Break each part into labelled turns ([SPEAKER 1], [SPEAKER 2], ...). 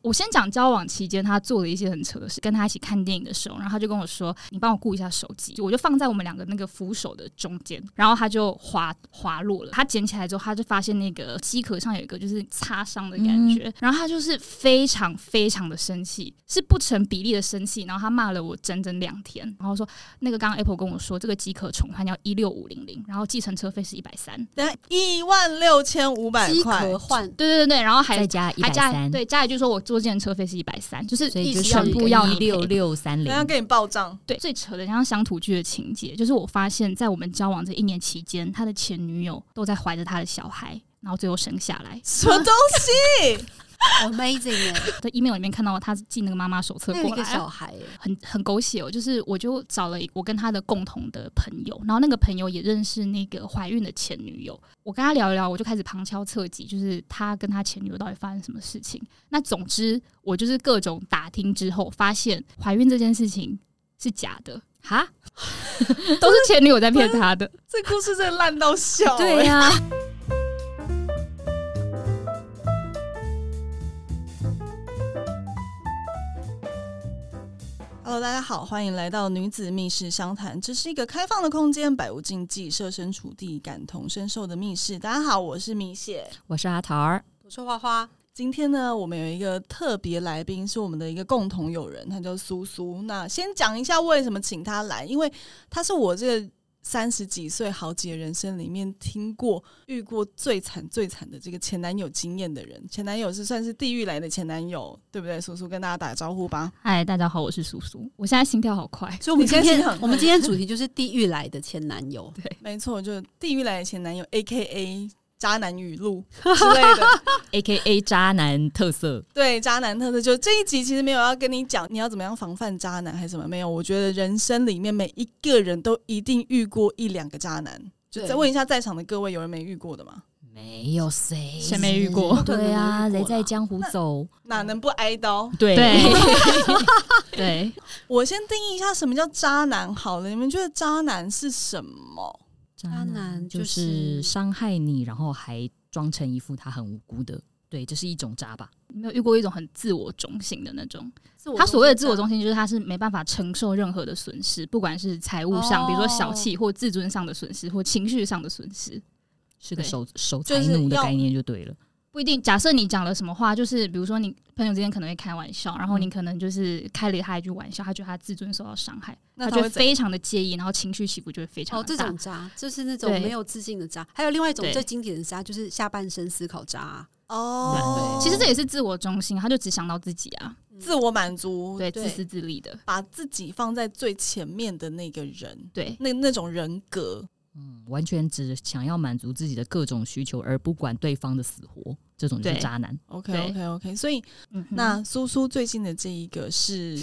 [SPEAKER 1] 我先讲交往期间他做了一些很扯的事，跟他一起看电影的时候，然后他就跟我说：“你帮我顾一下手机。”我就放在我们两个那个扶手的中间，然后他就滑滑落了。他捡起来之后，他就发现那个机壳上有一个就是擦伤的感觉，然后他就是非常非常的生气，是不成比例的生气，然后他骂了我整整两天，然后说那个刚刚 Apple 跟我说这个机壳重换要一六五零零，然后计程车费是一百三，
[SPEAKER 2] 等一万六千五百
[SPEAKER 3] 饥
[SPEAKER 2] 块
[SPEAKER 3] 渴，换
[SPEAKER 1] 对对对，然后还
[SPEAKER 4] 再加一
[SPEAKER 1] 还
[SPEAKER 4] 百
[SPEAKER 1] 加
[SPEAKER 4] 三，，
[SPEAKER 1] 对加一句说我坐计程车费是一百三，就是
[SPEAKER 4] 所
[SPEAKER 1] 意
[SPEAKER 4] 以就
[SPEAKER 1] 思要
[SPEAKER 4] 全
[SPEAKER 1] 你
[SPEAKER 4] 部
[SPEAKER 1] 赔
[SPEAKER 4] 要
[SPEAKER 1] 你
[SPEAKER 4] 一
[SPEAKER 1] 赔
[SPEAKER 4] 六六三零
[SPEAKER 2] 等。下给你报 账，
[SPEAKER 1] 对，最扯的像乡土剧的情节，就是我发现，在我们交往这一年期间，他的前女友都在怀着他的小孩，然后最后生下 来。
[SPEAKER 2] 什么东西？
[SPEAKER 3] amazing 哎、
[SPEAKER 1] 在 email 里面看到他是寄那个妈妈手册
[SPEAKER 3] 那有一
[SPEAKER 1] 过
[SPEAKER 3] 个小
[SPEAKER 1] 来。啊
[SPEAKER 3] 孩哎、
[SPEAKER 1] 很很狗血哦，就是我就找了一我跟他的共同的朋友，然后那个朋友也认识那个怀孕的前女友，我跟他聊一聊，我就开始旁敲侧击，就是他跟他前女友到底发生什么事情。那总之，我就是各种打听之后，发现怀孕这件事情是假的，哈，都是前女友在骗他的。
[SPEAKER 2] 这故事真的烂到笑、欸。
[SPEAKER 3] 啊
[SPEAKER 4] 对啊呀、
[SPEAKER 2] Hello，大家好，欢迎来到女子密室相谈，这是一个开放的空间，百无禁忌，设身处地，感同身受的密室。大家好，我是米雪。
[SPEAKER 4] 我是阿桃儿，
[SPEAKER 3] 我说花花，
[SPEAKER 2] 今天呢，我们有一个特别来宾，是我们的一个共同友人，他叫苏苏。那先讲一下为什么请他来，因为他是我这个三十几岁豪杰人生里面听过、遇过最惨、最惨的这个前男友经验的人。前男友是算是地狱来的前男友，对不对？苏苏跟大家打招呼吧。
[SPEAKER 1] 嗨，大家好，我是苏苏。我现在心跳好快，
[SPEAKER 2] 所以我们今天很
[SPEAKER 3] 我们今天主题就是地狱来的前男友，
[SPEAKER 2] 没错，就是地狱来的前男友，A K A 渣男语录之类的。
[SPEAKER 4] ，A K A 渣男特色，
[SPEAKER 2] 对，渣男特色就这一集其实没有要跟你讲你要怎么样防范渣男还是什么，没有。我觉得人生里面每一个人都一定遇过一两个渣男。就
[SPEAKER 3] 对
[SPEAKER 2] 再问一下在场的各位，有人没遇过的吗？
[SPEAKER 4] 没有谁
[SPEAKER 1] 谁没遇过
[SPEAKER 4] 对啊，
[SPEAKER 2] 不可能没遇过啦
[SPEAKER 4] 人在江湖走，
[SPEAKER 1] 嗯
[SPEAKER 2] 哪能不挨刀？
[SPEAKER 4] 对
[SPEAKER 1] 对对，
[SPEAKER 2] 我先定义一下什么叫渣男好了。你们觉得渣男是什么？
[SPEAKER 4] 渣
[SPEAKER 3] 渣男就
[SPEAKER 4] 就是是伤害你，然后还装成一副他很无辜的，对，这是一种渣吧？
[SPEAKER 1] 你没有遇过一种很自我中心的那种。他所谓的自啊我中心，就是他是没办法承受任何的损失，不管是财务上，
[SPEAKER 3] 哦
[SPEAKER 1] 比如说小气或自尊上的损失，或情绪上的损失，
[SPEAKER 4] 是个
[SPEAKER 1] 对
[SPEAKER 4] 守守
[SPEAKER 2] 就
[SPEAKER 4] 财
[SPEAKER 2] 是
[SPEAKER 4] 奴的
[SPEAKER 2] 要
[SPEAKER 4] 概念就对了。
[SPEAKER 1] 不一定。假设你讲了什么话，就是比如说你朋友之间可能会开玩笑，然后你可能就是开了他一句玩笑，他觉得他自尊受到伤害，
[SPEAKER 2] 那
[SPEAKER 1] 就
[SPEAKER 2] 他
[SPEAKER 1] 会
[SPEAKER 2] 会怎？
[SPEAKER 1] 非常的介意，然后情绪起伏就会非常
[SPEAKER 3] 哦，
[SPEAKER 1] 的
[SPEAKER 3] 这
[SPEAKER 1] 大。
[SPEAKER 3] 种渣就是那种
[SPEAKER 1] 对
[SPEAKER 3] 没有自信的渣，还有另外一种
[SPEAKER 1] 对
[SPEAKER 3] 最经典的渣就是下半身思考渣、啊
[SPEAKER 2] 哦，
[SPEAKER 1] 其实这也是自我中心，他就只想到自己啊，
[SPEAKER 2] 自我满足，
[SPEAKER 1] 对，
[SPEAKER 3] 对
[SPEAKER 1] 自私自利的，
[SPEAKER 2] 把自己放在最前面的那个人，
[SPEAKER 1] 对。
[SPEAKER 2] 那那种人格。
[SPEAKER 4] 嗯，完全只想要满足自己的各种需求，而不管对方的死活，这种就是
[SPEAKER 1] 对
[SPEAKER 4] 渣男。
[SPEAKER 2] OK
[SPEAKER 1] 对
[SPEAKER 2] OK OK，所以
[SPEAKER 1] 嗯哼
[SPEAKER 2] 那苏苏最近的这一个是，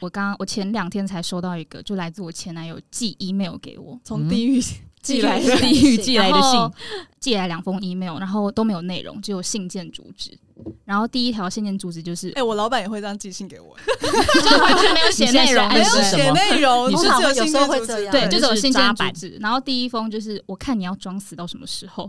[SPEAKER 1] 我刚刚我前两天才收到一个，就来自我前男友寄 email 给我，
[SPEAKER 2] 从
[SPEAKER 4] 嗯
[SPEAKER 2] 地狱寄来的，
[SPEAKER 4] 地狱寄来的
[SPEAKER 1] 然
[SPEAKER 4] 信
[SPEAKER 1] 后，寄来两封 email，然后都没有内容，只有信件主旨。然后第一条信件主旨 就是
[SPEAKER 2] 哎、我老板也会这样寄信给我，
[SPEAKER 1] 就完全没有写内容，
[SPEAKER 4] 你现在是
[SPEAKER 2] 没有
[SPEAKER 4] 暗示什么
[SPEAKER 2] 写内容，
[SPEAKER 4] 你
[SPEAKER 2] 就是只有
[SPEAKER 3] 有
[SPEAKER 2] 信
[SPEAKER 3] 时候
[SPEAKER 2] 件
[SPEAKER 3] 会
[SPEAKER 2] 主
[SPEAKER 3] 这
[SPEAKER 2] 旨
[SPEAKER 3] 样
[SPEAKER 1] 对，
[SPEAKER 4] 就
[SPEAKER 1] 就是只有信件
[SPEAKER 4] 渣
[SPEAKER 1] 主
[SPEAKER 4] 版
[SPEAKER 1] 旨。然后第一封就是我看你要装死到什么时候，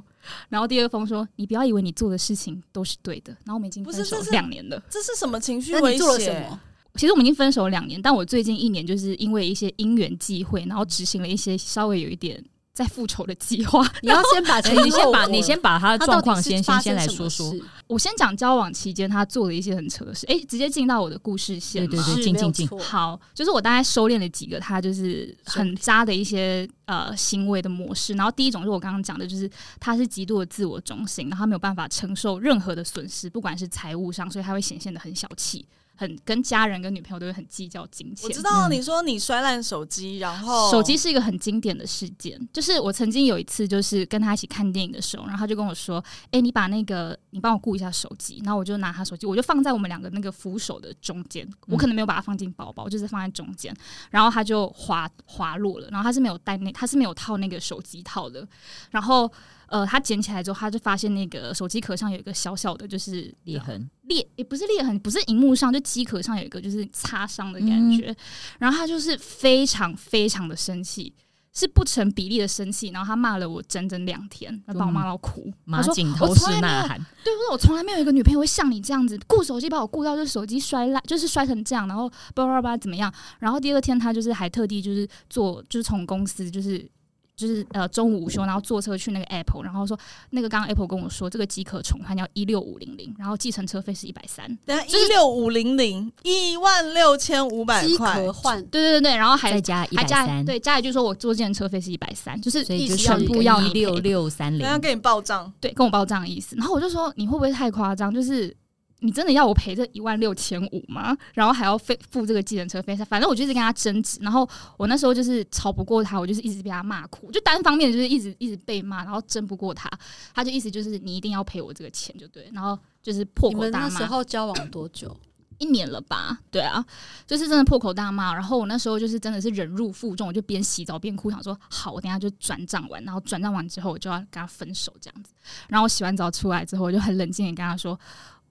[SPEAKER 1] 然后第二封说你不要以为你做的事情都是对的。然后我们已经
[SPEAKER 2] 不
[SPEAKER 1] 分
[SPEAKER 2] 是
[SPEAKER 1] 手
[SPEAKER 2] 这是
[SPEAKER 1] 两年了，
[SPEAKER 2] 这是什么情绪
[SPEAKER 3] 那你
[SPEAKER 2] 威
[SPEAKER 3] 做了什
[SPEAKER 2] 胁？
[SPEAKER 3] 么？
[SPEAKER 1] 其实我们已经分手两年，但我最近一年就是因为一些因缘际会，然后执行了一些稍微有一点在复仇的计划。
[SPEAKER 3] 你要先 把前
[SPEAKER 4] 哎
[SPEAKER 3] 因
[SPEAKER 4] 你先把
[SPEAKER 3] 后果
[SPEAKER 4] 你先把他的
[SPEAKER 3] 他
[SPEAKER 4] 状
[SPEAKER 3] 到底
[SPEAKER 4] 况
[SPEAKER 3] 是
[SPEAKER 4] 先
[SPEAKER 3] 发
[SPEAKER 4] 先先
[SPEAKER 3] 生
[SPEAKER 4] 来
[SPEAKER 3] 什么
[SPEAKER 4] 说说
[SPEAKER 3] 事，，
[SPEAKER 1] 我先讲交往期间他做了一些很扯的事，哎、直接进到我的故事线
[SPEAKER 4] 对
[SPEAKER 1] 嘛。
[SPEAKER 4] 对对，
[SPEAKER 3] 是
[SPEAKER 4] 进
[SPEAKER 3] 没有
[SPEAKER 4] 进进，
[SPEAKER 3] 错
[SPEAKER 1] 好，就是我大概收敛了几个他就是很渣的一些呃行为的模式。然后第一种就是我刚刚讲的，就是他是极度的自我中心，然后他没有办法承受任何的损失，不管是财务上，所以他会显现的很小气，很跟家人跟女朋友都会很计较金钱。
[SPEAKER 2] 我知道
[SPEAKER 4] 嗯
[SPEAKER 2] 你说你摔烂手机，然后
[SPEAKER 1] 手机是一个很经典的事件，就是我曾经有一次，就是跟他一起看电影的时候，然后他就跟我说：“哎、你把那个你帮我顾一下手机。”然后我就拿他手机，我就放在我们两个那个扶手的中间，我可能没有把它放进包包，就是放在中间，然后他就滑滑落了，然后他是没有带那他是没有套那个手机套的，然后呃，他捡起来之后，他就发现那个手机壳上有一个小小的，就是
[SPEAKER 4] 裂痕，
[SPEAKER 1] 裂也、不是裂痕，不是荧幕上，就机壳上有一个就是擦伤的感觉。然后他就是非常非常的生气，是不成比例的生气，然后他骂了我整整两天，他把我骂到哭。
[SPEAKER 4] 马
[SPEAKER 1] 他说
[SPEAKER 4] 景：“
[SPEAKER 1] 我从
[SPEAKER 4] 涛式
[SPEAKER 1] 来没
[SPEAKER 4] 呐
[SPEAKER 1] 有，
[SPEAKER 4] 喊，
[SPEAKER 1] 对，我说我从来没有一个女朋友会像你这样子顾手机，把我顾到就是手机摔烂，就是摔成这样，然后叭叭叭怎么样。然后第二天他就是还特地就是坐，就是从公司就是。”就是呃中午午休，然后坐车去那个 Apple，然后说那个刚刚 Apple 跟我说这个即可重换要一六五零零，然后计程车费是一百三，
[SPEAKER 2] 等下
[SPEAKER 1] 就
[SPEAKER 2] 一
[SPEAKER 1] 是
[SPEAKER 2] 六五零零一万六千五百
[SPEAKER 3] 饥
[SPEAKER 2] 块
[SPEAKER 3] 渴，换
[SPEAKER 1] 对对对对，然后还
[SPEAKER 4] 再加一
[SPEAKER 1] 还
[SPEAKER 4] 百
[SPEAKER 1] 加
[SPEAKER 4] 三，
[SPEAKER 1] 对家里就说我坐计程车费是一百三，就是
[SPEAKER 4] 所以
[SPEAKER 1] 意
[SPEAKER 4] 就
[SPEAKER 1] 思要
[SPEAKER 4] 全
[SPEAKER 1] 你
[SPEAKER 4] 部
[SPEAKER 1] 赔
[SPEAKER 4] 要
[SPEAKER 1] 你赔
[SPEAKER 4] 六六三零
[SPEAKER 2] 等。下给你报账。
[SPEAKER 1] 对，跟我报账的意思。然后我就说你会不会太夸张？就是你真的要我赔这一万六千五吗？然后还要费付这个计程车费？反正我就一直跟他争执。然后我那时候就是吵不过他，我就是一直被他骂哭，就单方面就是一直一直被骂，然后争不过他，他就意思就是你一定要赔我这个钱就对，然后就是破
[SPEAKER 3] 你
[SPEAKER 1] 口
[SPEAKER 3] 们
[SPEAKER 1] 大
[SPEAKER 3] 那时
[SPEAKER 1] 骂。
[SPEAKER 3] 候交往多久？
[SPEAKER 1] 一年了吧？对啊，就是真的破口大骂。然后我那时候就是真的是忍辱负重，我就边洗澡边哭，想说好，我等一下就转账完，然后转账完之后我就要跟他分手这样子。然后我洗完澡出来之后，我就很冷静的跟他说。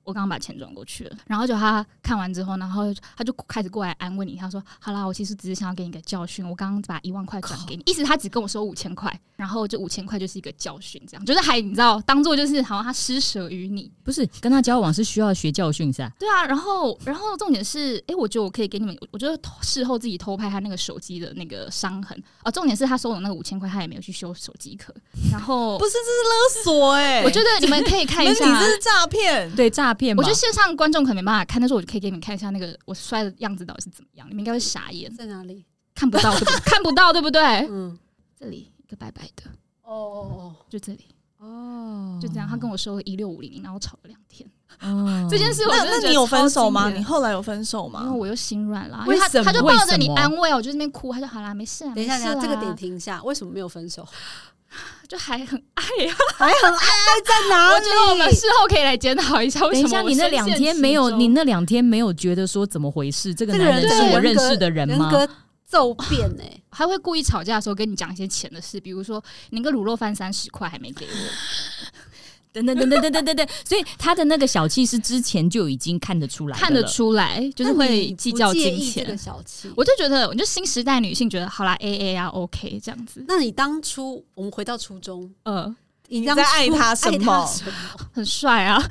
[SPEAKER 1] 我刚刚把钱转过去了，然后就他看完之后，然后他就开始过来安慰你，他说：“好啦，我其实只是想要给你个教训，我刚刚把一万块转给你，意思他只跟我收五千块，然后就五千块就是一个教训，这样就是还你知道当做就是好像他施舍于你，
[SPEAKER 4] 不是跟他交往是需要学教训一下，
[SPEAKER 1] 对啊，然后然后重点是，诶，我觉得我可以给你们，我觉得偷事后自己偷拍他那个手机的那个伤痕啊、重点是他收的那个五千块，他也没有去修手机壳。然后
[SPEAKER 2] 不是，这是 勒索哎、
[SPEAKER 1] 我觉得你们可以看
[SPEAKER 2] 那
[SPEAKER 1] 一
[SPEAKER 2] 你
[SPEAKER 1] 下
[SPEAKER 2] 这，是诈骗。
[SPEAKER 4] 对诈骗
[SPEAKER 1] 我
[SPEAKER 4] 嘛
[SPEAKER 1] 觉得？线上观众可能没办法看，但是我可以给你们看一下那个我摔的样子到底是怎么样，你们应该会傻眼，
[SPEAKER 3] 在哪里？
[SPEAKER 1] 看不到对不 对？看不到对不对？
[SPEAKER 3] 嗯，
[SPEAKER 1] 这里一个白白的，
[SPEAKER 3] 哦哦
[SPEAKER 1] 就这里，
[SPEAKER 3] 哦哦，
[SPEAKER 1] 就这样，他跟我收了一六五零零，然后吵了两天。
[SPEAKER 4] 哦
[SPEAKER 1] 这件事我
[SPEAKER 2] 那
[SPEAKER 1] 真的
[SPEAKER 2] 那
[SPEAKER 1] 觉得
[SPEAKER 2] 你有分手
[SPEAKER 1] 超
[SPEAKER 2] 吗？
[SPEAKER 1] 经典嗯
[SPEAKER 2] 你后来有分手
[SPEAKER 1] 因为
[SPEAKER 2] 吗？
[SPEAKER 1] 我又心软啦，因
[SPEAKER 4] 为
[SPEAKER 1] 为他
[SPEAKER 4] 什么
[SPEAKER 1] 他就抱着你
[SPEAKER 4] 为什么
[SPEAKER 1] 安慰我，我就在那边哭，他就好啦，没事啊。
[SPEAKER 3] 等一下，
[SPEAKER 1] 没
[SPEAKER 3] 等
[SPEAKER 1] 事
[SPEAKER 3] 一
[SPEAKER 1] 啊
[SPEAKER 3] 下，这个点停一下，为什么没有分手？
[SPEAKER 1] 就还很爱呀、
[SPEAKER 3] 还很爱在哪
[SPEAKER 1] 我觉得我们事后可以来检讨一下，为什
[SPEAKER 4] 等一
[SPEAKER 1] 么
[SPEAKER 4] 下，
[SPEAKER 1] 我
[SPEAKER 4] 你那
[SPEAKER 1] 深
[SPEAKER 4] 两
[SPEAKER 1] 陷
[SPEAKER 4] 天
[SPEAKER 1] 其
[SPEAKER 4] 没有，
[SPEAKER 1] 中
[SPEAKER 4] 你那两天没有觉得说怎么回事？这个
[SPEAKER 3] 这个
[SPEAKER 4] 男人
[SPEAKER 3] 人
[SPEAKER 4] 是
[SPEAKER 3] 对
[SPEAKER 4] 我认
[SPEAKER 3] 人格
[SPEAKER 4] 识的人
[SPEAKER 3] 人
[SPEAKER 4] 吗？
[SPEAKER 3] 格骤 变哎、
[SPEAKER 1] 还会故意吵架的时候跟你讲一些钱的事，比如说你那个卤肉饭三十块还没给我，
[SPEAKER 4] 等等等等等等等等，所以他的那个小气是之前就已经看得出来的了，
[SPEAKER 1] 看得出来就是
[SPEAKER 3] 那你
[SPEAKER 1] 会计较
[SPEAKER 3] 不介
[SPEAKER 1] 金
[SPEAKER 3] 意这个
[SPEAKER 1] 钱。
[SPEAKER 3] 小气。
[SPEAKER 1] 我就觉得，我就新时代女性觉得，好啦，A A 啊，OK 这样子，
[SPEAKER 3] 那你当初我们回到初中，
[SPEAKER 1] 呃，
[SPEAKER 3] 你
[SPEAKER 2] 你
[SPEAKER 3] 当
[SPEAKER 2] 在
[SPEAKER 3] 初
[SPEAKER 2] 爱他什
[SPEAKER 3] 爱他
[SPEAKER 2] 么
[SPEAKER 3] 什么？
[SPEAKER 1] 很帅啊，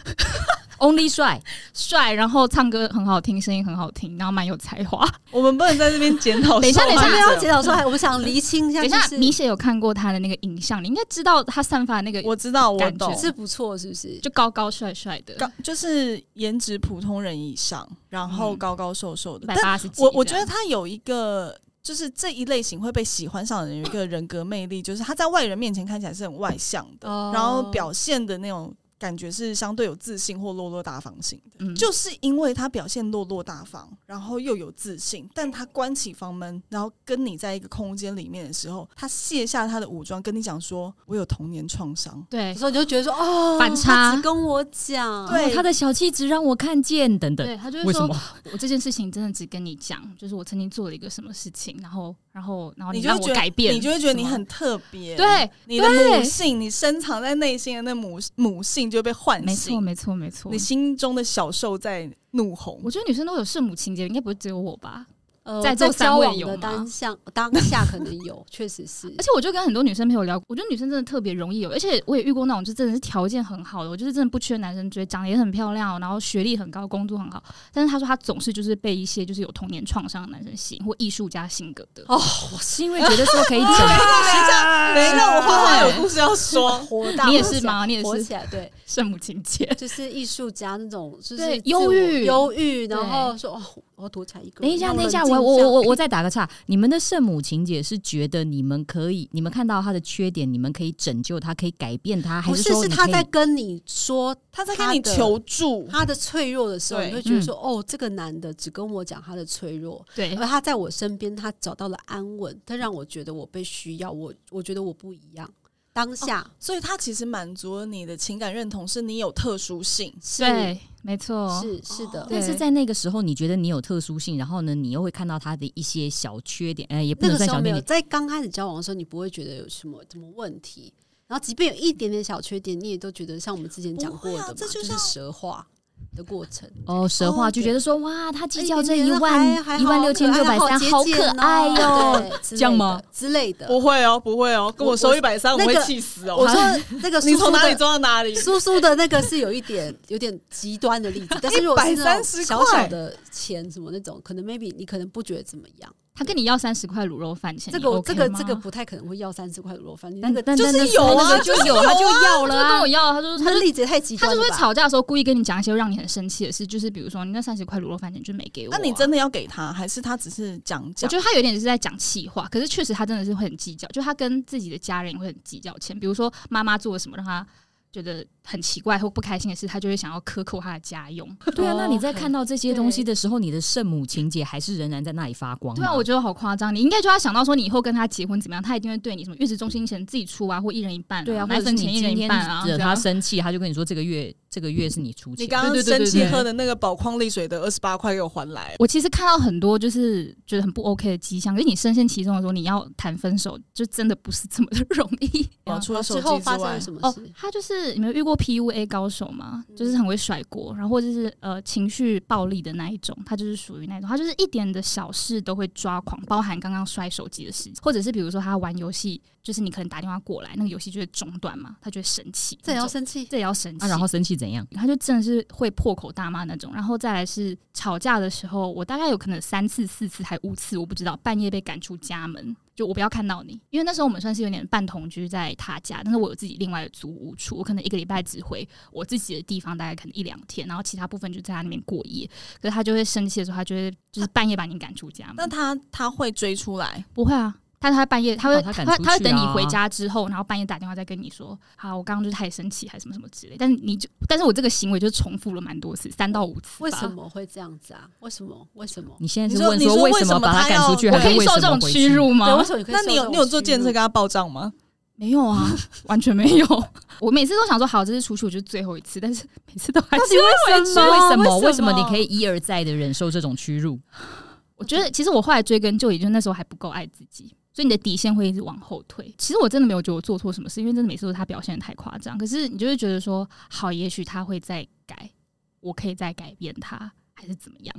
[SPEAKER 4] Only 帅，
[SPEAKER 1] 帅，然后唱歌很好听，声音很好听，然后蛮有才华。
[SPEAKER 2] 我们不能在这边检讨受害者。
[SPEAKER 1] 等一下哎等一下
[SPEAKER 3] 没有，检讨说，还哎我们想厘清一下，
[SPEAKER 1] 等一
[SPEAKER 3] 就
[SPEAKER 1] 下，
[SPEAKER 3] 是
[SPEAKER 1] 米雪有看过他的那个影像，你应该知道他散发的那个，
[SPEAKER 2] 我知道，我
[SPEAKER 1] 感觉
[SPEAKER 2] 懂，
[SPEAKER 3] 是不错，是不是？
[SPEAKER 1] 就高高帅帅的，
[SPEAKER 2] 高就是颜值普通人以上，然后
[SPEAKER 1] 嗯
[SPEAKER 2] 高高瘦瘦的。
[SPEAKER 1] 一百
[SPEAKER 2] 但
[SPEAKER 1] 八十几这
[SPEAKER 2] 我
[SPEAKER 1] 样。
[SPEAKER 2] 我觉得他有一个，就是这一类型会被喜欢上的人有一个人格魅力，就是他在外人面前看起来是很外向的，
[SPEAKER 3] 哦
[SPEAKER 2] 然后表现的那种感觉是相对有自信或落落大方型的。
[SPEAKER 1] 嗯
[SPEAKER 2] 就是因为他表现落落大方，然后又有自信，但他关起房门，然后跟你在一个空间里面的时候，他卸下他的武装，跟你讲说：“我有童年创伤。”
[SPEAKER 1] 对
[SPEAKER 3] 有时候你就觉得说，哦，
[SPEAKER 1] 反差
[SPEAKER 3] 他只跟我讲，
[SPEAKER 2] 对
[SPEAKER 4] 哦他的小气只让我看见，等等，
[SPEAKER 1] 对，他就
[SPEAKER 4] 为
[SPEAKER 1] 是
[SPEAKER 4] 什
[SPEAKER 1] 说
[SPEAKER 4] 么？
[SPEAKER 1] 我这件事情真的只跟你讲，就是我曾经做了一个什么事情，然后然后然后
[SPEAKER 2] 你就
[SPEAKER 1] 哦让
[SPEAKER 2] 会觉
[SPEAKER 1] 我
[SPEAKER 2] 得
[SPEAKER 1] 改变，
[SPEAKER 2] 你就会觉得你
[SPEAKER 1] 什么
[SPEAKER 2] 很特别，
[SPEAKER 1] 对，
[SPEAKER 2] 你的母
[SPEAKER 1] 对
[SPEAKER 2] 性，你深藏在内心的那母母性就被唤醒，
[SPEAKER 1] 没错没错没错
[SPEAKER 2] 你。心中的小兽在怒吼
[SPEAKER 1] 我。觉得女生都有圣母情节，应该不是只有我吧？
[SPEAKER 3] 呃，
[SPEAKER 1] 在
[SPEAKER 3] 在
[SPEAKER 1] 座三
[SPEAKER 3] 交
[SPEAKER 1] 位
[SPEAKER 3] 往
[SPEAKER 1] 有
[SPEAKER 3] 的
[SPEAKER 1] 吗
[SPEAKER 3] 当下当下可能有，确实是
[SPEAKER 1] 而。且我就跟很多女生朋友聊过，我觉得女生真的特别容易有，而且我也遇过那种就真的是条件很好的，我就是真的不缺男生追，长得也很漂亮，然后学历很高，工作很好，但是她说她总是就是被一些就是有童年创伤的男生吸引，或艺术家性格的。
[SPEAKER 4] 我是因为觉得说可以整，
[SPEAKER 1] 啊
[SPEAKER 2] 等一下，我花花有故事要说。
[SPEAKER 3] 火大，
[SPEAKER 1] 你也
[SPEAKER 3] 火
[SPEAKER 1] 是
[SPEAKER 3] 起
[SPEAKER 1] 吗
[SPEAKER 3] 来
[SPEAKER 1] 你也
[SPEAKER 3] 火
[SPEAKER 1] 是
[SPEAKER 3] 起来，对，
[SPEAKER 1] 圣母情节，
[SPEAKER 3] 就是艺术家那种，就是
[SPEAKER 1] 对
[SPEAKER 3] 自我
[SPEAKER 1] 忧郁
[SPEAKER 3] 忧郁，
[SPEAKER 1] 对
[SPEAKER 3] 然后说哦，我要躲起来一个
[SPEAKER 4] 等
[SPEAKER 3] 人。
[SPEAKER 4] 一下，
[SPEAKER 3] 让
[SPEAKER 4] 等一下，
[SPEAKER 3] 冷
[SPEAKER 4] 我
[SPEAKER 3] 静
[SPEAKER 4] 我我我
[SPEAKER 3] 下
[SPEAKER 4] 我再打个岔。你们的圣母情节是觉得你们可以，你们看到他的缺点，你们可以拯救他，可以改变他，还
[SPEAKER 3] 不是
[SPEAKER 4] 说
[SPEAKER 3] 是
[SPEAKER 4] 你
[SPEAKER 3] 他
[SPEAKER 4] 可以
[SPEAKER 3] 在跟你说
[SPEAKER 2] 他在跟你
[SPEAKER 3] 他的
[SPEAKER 2] 求助，
[SPEAKER 3] 他的脆弱的时候，
[SPEAKER 2] 对
[SPEAKER 3] 你会觉
[SPEAKER 4] 嗯
[SPEAKER 3] 得说哦，这个男的只跟我讲他的脆弱，
[SPEAKER 1] 对
[SPEAKER 3] 而他在我身边，他找到了安稳，他让我觉得我被需要，我我觉得我不一样。当下
[SPEAKER 4] 哦
[SPEAKER 2] 所以他其实满足了你的情感认同，是你有特殊性。
[SPEAKER 3] 是
[SPEAKER 1] 对，没错，
[SPEAKER 3] 是是的，
[SPEAKER 1] 对
[SPEAKER 4] 但是在那个时候，你觉得你有特殊性，然后呢，你又会看到他的一些小缺点，呃，也不
[SPEAKER 3] 那
[SPEAKER 4] 能
[SPEAKER 3] 个
[SPEAKER 4] 算
[SPEAKER 3] 时
[SPEAKER 4] 小
[SPEAKER 3] 候
[SPEAKER 4] 缺
[SPEAKER 3] 没有，
[SPEAKER 4] 点，
[SPEAKER 3] 在刚开始交往的时候，你不会觉得有什么什么问题。然后，即便有一点点小缺点，你也都觉得像我们之前讲过
[SPEAKER 2] 不
[SPEAKER 3] 的
[SPEAKER 2] 会啊
[SPEAKER 3] 嘛，
[SPEAKER 2] 这就
[SPEAKER 3] 就是
[SPEAKER 2] 像
[SPEAKER 3] 蛇化。的过程。
[SPEAKER 4] 哦，蛇化
[SPEAKER 2] 哦
[SPEAKER 4] 就
[SPEAKER 2] 对
[SPEAKER 4] 觉得说哇，他计较这
[SPEAKER 3] 哎你
[SPEAKER 4] 一
[SPEAKER 3] 觉得还还
[SPEAKER 4] 万一万
[SPEAKER 3] 好
[SPEAKER 4] 六千
[SPEAKER 3] 可
[SPEAKER 4] 六
[SPEAKER 3] 爱
[SPEAKER 4] 百三，好可爱
[SPEAKER 3] 节俭
[SPEAKER 4] 哟
[SPEAKER 3] 哦，对之
[SPEAKER 4] 这样
[SPEAKER 3] 类
[SPEAKER 4] 吗
[SPEAKER 3] 的之类的。
[SPEAKER 2] 不会哦，不会哦，跟我
[SPEAKER 3] 我
[SPEAKER 2] 收
[SPEAKER 3] 我
[SPEAKER 2] 一百三，我
[SPEAKER 3] 那
[SPEAKER 2] 会
[SPEAKER 3] 个
[SPEAKER 2] 气死
[SPEAKER 3] 我
[SPEAKER 2] 哦。
[SPEAKER 3] 说 那个
[SPEAKER 2] 你
[SPEAKER 3] 叔
[SPEAKER 2] 从
[SPEAKER 3] 叔
[SPEAKER 2] 哪里
[SPEAKER 3] 的
[SPEAKER 2] 装到哪里？
[SPEAKER 3] 叔叔的那个是有一点有点极端的例子，但是如果是那种
[SPEAKER 2] 130
[SPEAKER 3] 小小
[SPEAKER 2] 块
[SPEAKER 3] 的钱什么那种，可能 maybe 你可能不觉得怎么样。
[SPEAKER 1] 他跟你要三十块卤肉饭钱，
[SPEAKER 3] 这
[SPEAKER 1] 你
[SPEAKER 3] 个
[SPEAKER 4] 哎
[SPEAKER 3] 我
[SPEAKER 1] OK
[SPEAKER 3] 这个
[SPEAKER 1] 吗
[SPEAKER 3] 这个，不太可能会要三十块卤肉饭，你那
[SPEAKER 4] 但
[SPEAKER 3] 个
[SPEAKER 4] 但
[SPEAKER 2] 就是
[SPEAKER 4] 但
[SPEAKER 2] 有啊
[SPEAKER 4] 那个就
[SPEAKER 2] 就是
[SPEAKER 4] 有，
[SPEAKER 2] 有
[SPEAKER 4] 他就
[SPEAKER 2] 啊
[SPEAKER 4] 要了
[SPEAKER 1] 他就跟
[SPEAKER 4] 啊
[SPEAKER 1] 我。要，他就
[SPEAKER 3] 他
[SPEAKER 1] 他
[SPEAKER 3] 的
[SPEAKER 1] 就
[SPEAKER 3] 例子也太极
[SPEAKER 1] 他
[SPEAKER 3] 端
[SPEAKER 1] 就
[SPEAKER 3] 了
[SPEAKER 1] 会
[SPEAKER 3] 吧。
[SPEAKER 1] 吵架的时候故意跟你讲一些让你很生气的事，就是比如说你那三十块卤肉饭钱就没给我啊、
[SPEAKER 2] 那你真的要给他，还是他只是讲
[SPEAKER 1] 我
[SPEAKER 2] 讲
[SPEAKER 1] 觉？得他有点是在讲气话，可是确实他真的是会很计较，就他跟自己的家人也会很计较钱，比如说妈妈做了什么让他觉得很奇怪或不开心的事，他就会想要克扣他的家 用。
[SPEAKER 4] 对啊，那你在
[SPEAKER 3] 哦
[SPEAKER 4] 看到这些东西的时候，你的圣母情节还是仍然在那里发光吗。
[SPEAKER 1] 对啊，我觉得好夸张。你应该就要想到说，你以后跟他结婚怎么样，他一定会对你什么月子中心钱自己出啊，或一人一半、
[SPEAKER 4] 对啊，或
[SPEAKER 1] 奶
[SPEAKER 4] 者是
[SPEAKER 1] 粉
[SPEAKER 4] 你
[SPEAKER 1] 钱一人
[SPEAKER 4] 今
[SPEAKER 1] 一
[SPEAKER 4] 天
[SPEAKER 1] 半啊，
[SPEAKER 4] 惹
[SPEAKER 1] 这
[SPEAKER 4] 他
[SPEAKER 1] 样
[SPEAKER 4] 生气，他就跟你说这个月这个月是你出钱。
[SPEAKER 2] 你刚刚
[SPEAKER 1] 对对对
[SPEAKER 2] 生气
[SPEAKER 1] 对对
[SPEAKER 2] 喝的那个宝矿力水的二十八块给我还来，
[SPEAKER 1] 我其实看到很多就是觉得很不 OK 的迹象，可是你深陷其中的时候，你要谈分手，就真的不是这么的 容易。
[SPEAKER 2] 哦除了手
[SPEAKER 3] 之
[SPEAKER 2] 机
[SPEAKER 3] 后发生
[SPEAKER 2] 外
[SPEAKER 3] 了，什么
[SPEAKER 1] 哦
[SPEAKER 3] 事？，
[SPEAKER 1] 他就是你们有遇过 PUA 高手吗？
[SPEAKER 3] 嗯
[SPEAKER 1] 就是很会甩锅，然后或者是呃情绪暴力的那一种，他就是属于那种，他就是一点的小事都会抓狂，包含刚刚摔手机的事情，或者是比如说他玩游戏，就是你可能打电话过来，那个游戏就会中断嘛，他就会生气，
[SPEAKER 3] 这也
[SPEAKER 1] 那
[SPEAKER 3] 要
[SPEAKER 1] 种
[SPEAKER 3] 生气？
[SPEAKER 1] 这也要生气，
[SPEAKER 4] 啊，然后生气怎样？
[SPEAKER 1] 他就真的是会破口大骂那种。然后再来是吵架的时候，我大概有可能三次、四次还五次，我不知道，半夜被赶出家门，就我不要看到你，因为那时候我们算是有点半同居在他家，但是我有自己另外的租屋处，我可能一个礼拜只回我自己的地方，大概可能一两天，然后其他部分就在他那边过夜。可是他就会生气的时候，他就会就是半夜把你赶出家
[SPEAKER 2] 那
[SPEAKER 1] 门，
[SPEAKER 2] 他他会追出来，
[SPEAKER 1] 不会啊。但是他半夜，他会、
[SPEAKER 4] 把他赶
[SPEAKER 1] 他
[SPEAKER 4] 出
[SPEAKER 1] 他会
[SPEAKER 4] 去
[SPEAKER 1] 等你
[SPEAKER 4] 啊
[SPEAKER 1] 回家之后，然后半夜打电话再跟你说，好，我刚刚就是太生气，还是什么什么之类。但是你就，但是我这个行为就重复了蛮多次，三到五次。
[SPEAKER 3] 为什？么会这样子啊？为什么？为什么？
[SPEAKER 4] 你现在
[SPEAKER 2] 你
[SPEAKER 4] 是
[SPEAKER 2] 说
[SPEAKER 4] 问
[SPEAKER 2] 你说
[SPEAKER 4] 为
[SPEAKER 2] 为
[SPEAKER 4] 什
[SPEAKER 2] 什么
[SPEAKER 4] 把
[SPEAKER 2] 他
[SPEAKER 4] 赶
[SPEAKER 2] 要
[SPEAKER 4] 出去，
[SPEAKER 1] 我
[SPEAKER 4] 还
[SPEAKER 1] 可
[SPEAKER 4] 是
[SPEAKER 1] 以
[SPEAKER 4] 为
[SPEAKER 1] 受
[SPEAKER 4] 什
[SPEAKER 1] 这
[SPEAKER 4] 么
[SPEAKER 1] 种
[SPEAKER 4] 回
[SPEAKER 1] 屈
[SPEAKER 4] 去？
[SPEAKER 1] 辱
[SPEAKER 3] 对，为
[SPEAKER 1] 吗？
[SPEAKER 3] 什么你可以
[SPEAKER 2] 那
[SPEAKER 3] 受
[SPEAKER 2] 你
[SPEAKER 3] 这
[SPEAKER 2] 有
[SPEAKER 3] 种
[SPEAKER 2] 你有做
[SPEAKER 3] 屈
[SPEAKER 2] 健身
[SPEAKER 3] 辱
[SPEAKER 2] 跟他报账吗？
[SPEAKER 1] 没有啊，完全没有。 我每次都想说，好，这次出去我就是最后一次，但是每次都还是
[SPEAKER 4] 为什么？为什么？啊为什么
[SPEAKER 2] 为什么
[SPEAKER 4] 你可以一而再的忍受这种屈辱？
[SPEAKER 1] 我觉得其实我后来追根究底，就那时候还不够爱自己，所以你的底线会一直往后退。其实我真的没有觉得我做错什么事，因为真的每次都是他表现的太夸张。可是你就会觉得说，好，也许他会再改，我可以再改变他，还是怎么样？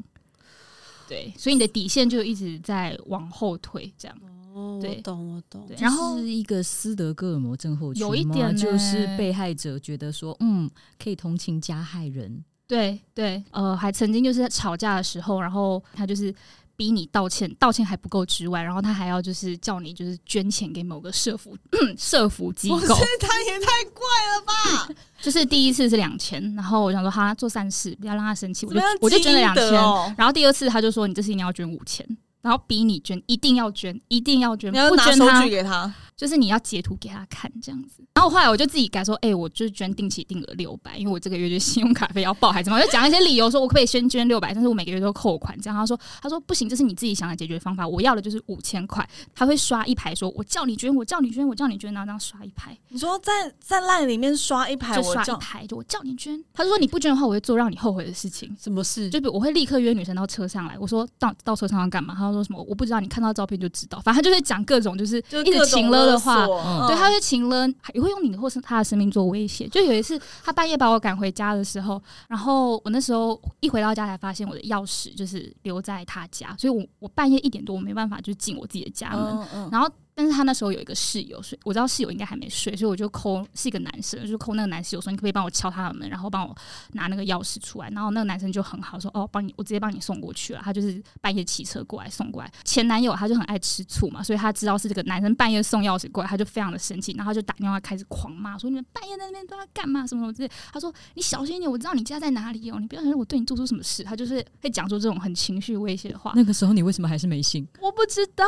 [SPEAKER 1] 对，所以你的底线就一直在往后退，这样。
[SPEAKER 3] 哦，
[SPEAKER 1] 对
[SPEAKER 3] 我懂，我懂
[SPEAKER 1] 对。然后
[SPEAKER 4] 这是一个斯德哥尔摩症候群吗，
[SPEAKER 1] 有一点呢
[SPEAKER 4] 就是被害者觉得说，嗯，可以同情加害人，
[SPEAKER 1] 对对，呃，还曾经就是在吵架的时候，然后他就是逼你道歉，道歉还不够之外，然后他还要就是叫你就是捐钱给某个社福 社福机
[SPEAKER 2] 不是
[SPEAKER 1] 构，，
[SPEAKER 2] 他也太怪了吧？
[SPEAKER 1] 就是第一次是两千，然后我想说哈做善事，不要让他生 气，我
[SPEAKER 2] 怎
[SPEAKER 1] 就
[SPEAKER 2] 么样
[SPEAKER 1] 我就捐了
[SPEAKER 2] 积阴
[SPEAKER 1] 两
[SPEAKER 2] 德
[SPEAKER 1] 千，
[SPEAKER 2] 哦
[SPEAKER 1] 然后第二次他就说你这次一定要捐五千。然后逼你捐，一定要捐，一定要捐，
[SPEAKER 2] 你要
[SPEAKER 1] 不
[SPEAKER 2] 拿
[SPEAKER 1] 捐
[SPEAKER 2] 收
[SPEAKER 1] 他
[SPEAKER 2] 据给他，
[SPEAKER 1] 就是你要截图给他看这样子。然后后来我就自己改说，哎、我就是捐定期定额六百，因为我这个月就信用卡费要报还是什么，我就讲一些理由说我可不可以先捐六百，但是我每个月都扣款这样。他说他说不行，这是你自己想的解决方法，我要的就是五千块。他会刷一排说，我叫你捐，我叫你捐，我叫你捐，然后这样刷一排，
[SPEAKER 2] 你说在在赖里面刷一排，
[SPEAKER 1] 就
[SPEAKER 2] 我
[SPEAKER 1] 刷
[SPEAKER 2] 叫
[SPEAKER 1] 一排，就我叫你捐。他就说你不捐的话，我会做让你后悔的事情。
[SPEAKER 3] 什么事？
[SPEAKER 1] 就比如我会立刻约女生到车上来，我说到到车上要干嘛？他说什么我不知道，你看到照片就知道。反正他就会讲各种就是
[SPEAKER 2] 就
[SPEAKER 1] 一直
[SPEAKER 2] 各种
[SPEAKER 1] 情勒的话
[SPEAKER 2] 勒，索
[SPEAKER 4] 嗯
[SPEAKER 1] 对，他会请了，也会用你的或是他的生命做威胁。就有一次，他半夜把我赶回家的时候，然后我那时候一回到家才发现我的钥匙就是留在他家，所以我我半夜一点多我没办法就进我自己的家门。
[SPEAKER 2] 嗯嗯，
[SPEAKER 1] 然后，但是他那时候有一个室友，所以我知道室友应该还没睡，所以我就抠是一个男生，我就抠那个男室友说：“你可不可以帮我敲他的门，然后帮我拿那个钥匙出来？”然后那个男生就很好说：“哦，帮你，我直接帮你送过去了。”他就是半夜骑车过来送过来。前男友他就很爱吃醋嘛，所以他知道是这个男生半夜送钥匙过来，他就非常的生气，然后他就打电话开始狂骂，说：“你们半夜在那边都要干嘛？什么什么之类。”他说：“你小心一点，我知道你家在哪里哦，你不要想我对你做出什么事。”他就是会讲出这种很情绪威胁的话。
[SPEAKER 4] 那个时候你为什么还是没信？
[SPEAKER 1] 我不知道。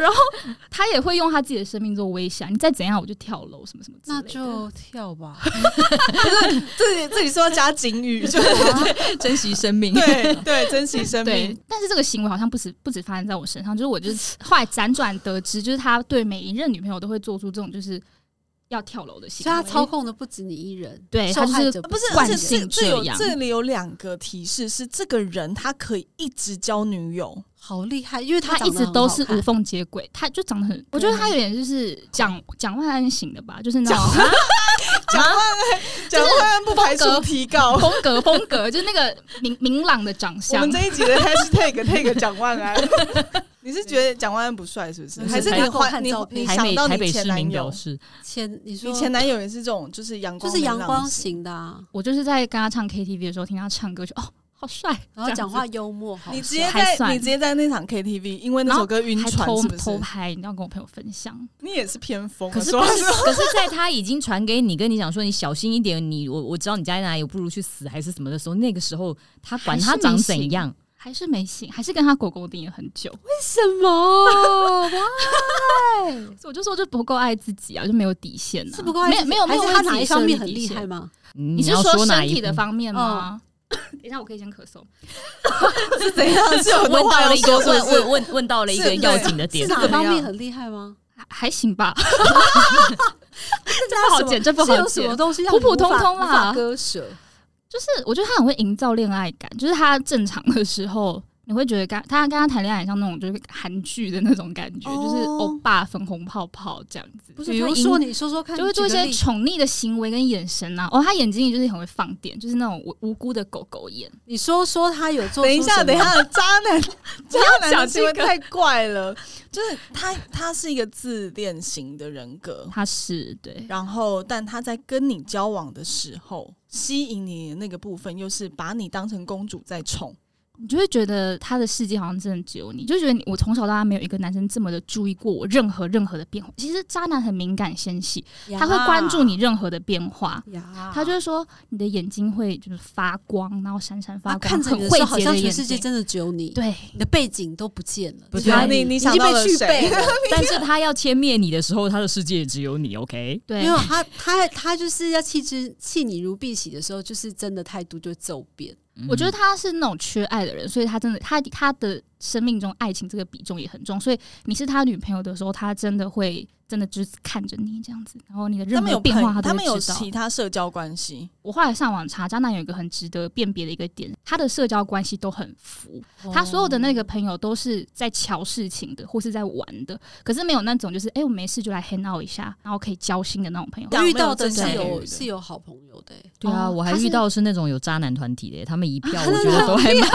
[SPEAKER 1] 然后他也会用他自己的生命做威胁，你再怎样我就跳楼什么什么之类
[SPEAKER 3] 那
[SPEAKER 1] 的。
[SPEAKER 3] 就跳 吧。
[SPEAKER 2] 这里这里是要加警语，就
[SPEAKER 4] 珍惜生命
[SPEAKER 2] 对对，珍惜生
[SPEAKER 1] 对
[SPEAKER 2] 命。，
[SPEAKER 1] 但是这个行为好像不止不止发生在我身上，就是我就是后来辗转得知，就是他对每一任女朋友都会做出这种就是要跳楼的行
[SPEAKER 3] 所以
[SPEAKER 1] 为。
[SPEAKER 3] 他操控的不止你一人，
[SPEAKER 1] 对
[SPEAKER 3] 受
[SPEAKER 1] 他就是
[SPEAKER 3] 害者
[SPEAKER 2] 呃不是，而
[SPEAKER 1] 惯
[SPEAKER 2] 且这
[SPEAKER 1] 性
[SPEAKER 2] 这有
[SPEAKER 1] 这样
[SPEAKER 2] 这里有两个提示，是这个人他可以一直交女友，
[SPEAKER 3] 好厉害，因为
[SPEAKER 1] 他
[SPEAKER 3] 长
[SPEAKER 1] 一
[SPEAKER 3] 得
[SPEAKER 1] 直
[SPEAKER 3] 很
[SPEAKER 1] 都
[SPEAKER 3] 好
[SPEAKER 1] 是
[SPEAKER 3] 看
[SPEAKER 1] 无缝接嗯轨，他就长得很，我觉得他有点就是蒋蒋万安型的吧，就是那种
[SPEAKER 2] 蒋
[SPEAKER 1] 啊
[SPEAKER 2] 蒋万安，蒋万安不排除提 告。
[SPEAKER 1] 风格风格就是那个明明朗的长
[SPEAKER 2] 我
[SPEAKER 1] 相
[SPEAKER 2] 们，这一集的 hashtag take 蒋万安，你是觉得蒋万安不帅是不是？
[SPEAKER 3] 不是
[SPEAKER 2] 还是你
[SPEAKER 3] 还要
[SPEAKER 2] 怀
[SPEAKER 3] 看
[SPEAKER 2] 你
[SPEAKER 3] 照片
[SPEAKER 2] 你
[SPEAKER 4] 台
[SPEAKER 2] 想
[SPEAKER 4] 北
[SPEAKER 2] 到
[SPEAKER 4] 台
[SPEAKER 2] 你
[SPEAKER 4] 北
[SPEAKER 2] 前
[SPEAKER 4] 市
[SPEAKER 2] 男
[SPEAKER 4] 民表
[SPEAKER 2] 友？
[SPEAKER 4] 示，
[SPEAKER 3] 前你说
[SPEAKER 2] 你前男友也是这种，就是阳
[SPEAKER 3] 就
[SPEAKER 2] 光，
[SPEAKER 3] 是阳光，型的、啊，
[SPEAKER 1] 我就是在跟他唱 KTV 的时候听他唱歌，就哦好帅，
[SPEAKER 3] 然
[SPEAKER 1] 这
[SPEAKER 3] 后
[SPEAKER 1] 样
[SPEAKER 3] 讲
[SPEAKER 1] 子
[SPEAKER 3] 话幽默，好
[SPEAKER 2] 你直
[SPEAKER 3] 帅
[SPEAKER 2] 接
[SPEAKER 1] 还
[SPEAKER 2] 在
[SPEAKER 1] 算
[SPEAKER 2] 你直接在那场 KTV，因为那首歌晕
[SPEAKER 1] 还
[SPEAKER 2] 船，
[SPEAKER 1] 偷
[SPEAKER 2] 是不
[SPEAKER 1] 偷
[SPEAKER 2] 是？
[SPEAKER 1] 拍，你要跟我朋友分享。
[SPEAKER 2] 你也是偏疯啊，
[SPEAKER 4] 可是
[SPEAKER 2] 说
[SPEAKER 4] 不
[SPEAKER 2] 话
[SPEAKER 4] 是，可是在他已经传给你，跟你讲说你小心一点，你我我知道你家在哪里，我不如去死还是什么的时候，那个时候他管他长怎样，
[SPEAKER 1] 还是没醒，还是跟他狗狗顶了很久，
[SPEAKER 3] 什么？哇，
[SPEAKER 1] 所以我就说就不够爱自己啊，就没有底线、啊，
[SPEAKER 3] 是 不够爱
[SPEAKER 1] 没有
[SPEAKER 3] 自己
[SPEAKER 1] 没有没
[SPEAKER 3] 还
[SPEAKER 1] 有
[SPEAKER 3] 是
[SPEAKER 1] 为
[SPEAKER 3] 他
[SPEAKER 1] 自
[SPEAKER 3] 哪
[SPEAKER 1] 己
[SPEAKER 3] 一方
[SPEAKER 1] 设立
[SPEAKER 3] 面很
[SPEAKER 1] 底
[SPEAKER 3] 厉
[SPEAKER 1] 线
[SPEAKER 3] 害吗？
[SPEAKER 4] 你
[SPEAKER 1] 你是
[SPEAKER 4] 要
[SPEAKER 1] 说
[SPEAKER 4] 哪
[SPEAKER 1] 身
[SPEAKER 4] 一
[SPEAKER 1] 体的
[SPEAKER 4] 部
[SPEAKER 1] 方面吗？等一下，我可以先咳
[SPEAKER 3] 嗯
[SPEAKER 1] 嗽。
[SPEAKER 2] 是怎 样？是有很
[SPEAKER 4] 问
[SPEAKER 2] 多话
[SPEAKER 4] 到
[SPEAKER 2] 要
[SPEAKER 4] 了一个
[SPEAKER 2] 说，是
[SPEAKER 4] 问
[SPEAKER 2] 不是
[SPEAKER 4] 问？问问到了一
[SPEAKER 2] 是
[SPEAKER 4] 个
[SPEAKER 2] 对
[SPEAKER 4] 要紧的
[SPEAKER 3] 是
[SPEAKER 4] 点，
[SPEAKER 3] 哪
[SPEAKER 2] 怎么
[SPEAKER 3] 方面
[SPEAKER 2] 样
[SPEAKER 3] 很厉害吗？
[SPEAKER 1] 还 还行吧，
[SPEAKER 3] 这
[SPEAKER 1] 不好剪这不好
[SPEAKER 3] 有什
[SPEAKER 1] 剪
[SPEAKER 3] 么东西让你
[SPEAKER 1] 普普
[SPEAKER 3] 无
[SPEAKER 1] 通
[SPEAKER 3] 法
[SPEAKER 1] 通
[SPEAKER 3] 无法
[SPEAKER 1] 啦
[SPEAKER 3] 割舍，
[SPEAKER 1] 就是我觉得他很会营造恋爱感，就是他正常的时候，你会觉得跟他他跟他谈恋爱很像那种就是韩剧的那种感觉，
[SPEAKER 2] 哦
[SPEAKER 1] 就是欧巴粉红泡泡这样子。
[SPEAKER 3] 不是？
[SPEAKER 1] 比
[SPEAKER 3] 比
[SPEAKER 1] 如
[SPEAKER 3] 如
[SPEAKER 1] 说
[SPEAKER 3] 说，
[SPEAKER 1] 你
[SPEAKER 3] 你说说看，
[SPEAKER 1] 就会做一
[SPEAKER 3] 举个
[SPEAKER 1] 些
[SPEAKER 3] 例
[SPEAKER 1] 宠溺的行为跟眼神啊，哦，他眼睛里就是很会放电，就是那种无无辜的狗狗眼。
[SPEAKER 3] 你说说他有做。
[SPEAKER 2] 啊等一下，等一，下，渣 男，渣男的
[SPEAKER 1] 讲
[SPEAKER 2] 行为
[SPEAKER 1] 这个
[SPEAKER 2] 太怪了。就是他，他是一个自恋型的人
[SPEAKER 3] 哦
[SPEAKER 2] 格，
[SPEAKER 1] 他是对，
[SPEAKER 2] 然后但他在跟你交往的时候，吸引你的那个部分，又是把你当成公主在宠。
[SPEAKER 1] 你就会觉得他的世界好像真的只有你，就觉得你我从小到大没有一个男生这么的注意过我任何任何的变化。其实渣男很敏感纤细，他会关注你任何的变化。
[SPEAKER 3] 呀，啊
[SPEAKER 1] 他就会说你的眼睛会就是发光，然后闪闪发
[SPEAKER 3] 他
[SPEAKER 1] 光，
[SPEAKER 3] 看着你
[SPEAKER 1] 很
[SPEAKER 3] 的
[SPEAKER 1] 会
[SPEAKER 3] 时候，好
[SPEAKER 1] 捷的
[SPEAKER 3] 像全
[SPEAKER 1] 眼
[SPEAKER 3] 世界
[SPEAKER 1] 睛。
[SPEAKER 3] 真的只有你，
[SPEAKER 1] 对，
[SPEAKER 3] 你的背景都不见了，
[SPEAKER 4] 不
[SPEAKER 3] 就是是
[SPEAKER 4] 你
[SPEAKER 3] 已
[SPEAKER 2] 你
[SPEAKER 3] 经
[SPEAKER 2] 想到了
[SPEAKER 3] 被具
[SPEAKER 2] 谁
[SPEAKER 3] 备了。
[SPEAKER 4] 但是他要歼灭你的时候，他的世界只有你，OK？
[SPEAKER 1] 对
[SPEAKER 3] 没，有他，他他就是要弃之弃你如敝屣的时候，就是真的态度就骤变。
[SPEAKER 4] 嗯
[SPEAKER 1] 我觉得他是那种缺爱的人，所以他真的，他他的生命中爱情这个比重也很重。所以你是他女朋友的时候，他真的会真的就是看着你这样子，然后你的
[SPEAKER 2] 他
[SPEAKER 1] 任
[SPEAKER 2] 们有
[SPEAKER 1] 何变化
[SPEAKER 2] 朋
[SPEAKER 1] 都
[SPEAKER 2] 他们有
[SPEAKER 1] 会知道。
[SPEAKER 2] 其他社交关系，
[SPEAKER 1] 我后来上网查，渣男有一个很值得辨别的一个点，他的社交关系都很浮，
[SPEAKER 4] 哦
[SPEAKER 1] 哦他所有的那个朋友都是在瞧事情的，或是在玩的，可是没有那种就是哎、诶我没事就来 hang out 一下，然后可以交心的那种朋友。
[SPEAKER 4] 啊
[SPEAKER 3] 我遇到的
[SPEAKER 2] 讲没
[SPEAKER 3] 是
[SPEAKER 2] 有真
[SPEAKER 3] 有
[SPEAKER 2] 实
[SPEAKER 3] 是有好朋友的欸、
[SPEAKER 4] 对啊，
[SPEAKER 1] 哦
[SPEAKER 4] 我还
[SPEAKER 1] 他是
[SPEAKER 4] 遇到是那种有渣男团体的，他们一票我觉得都还蛮，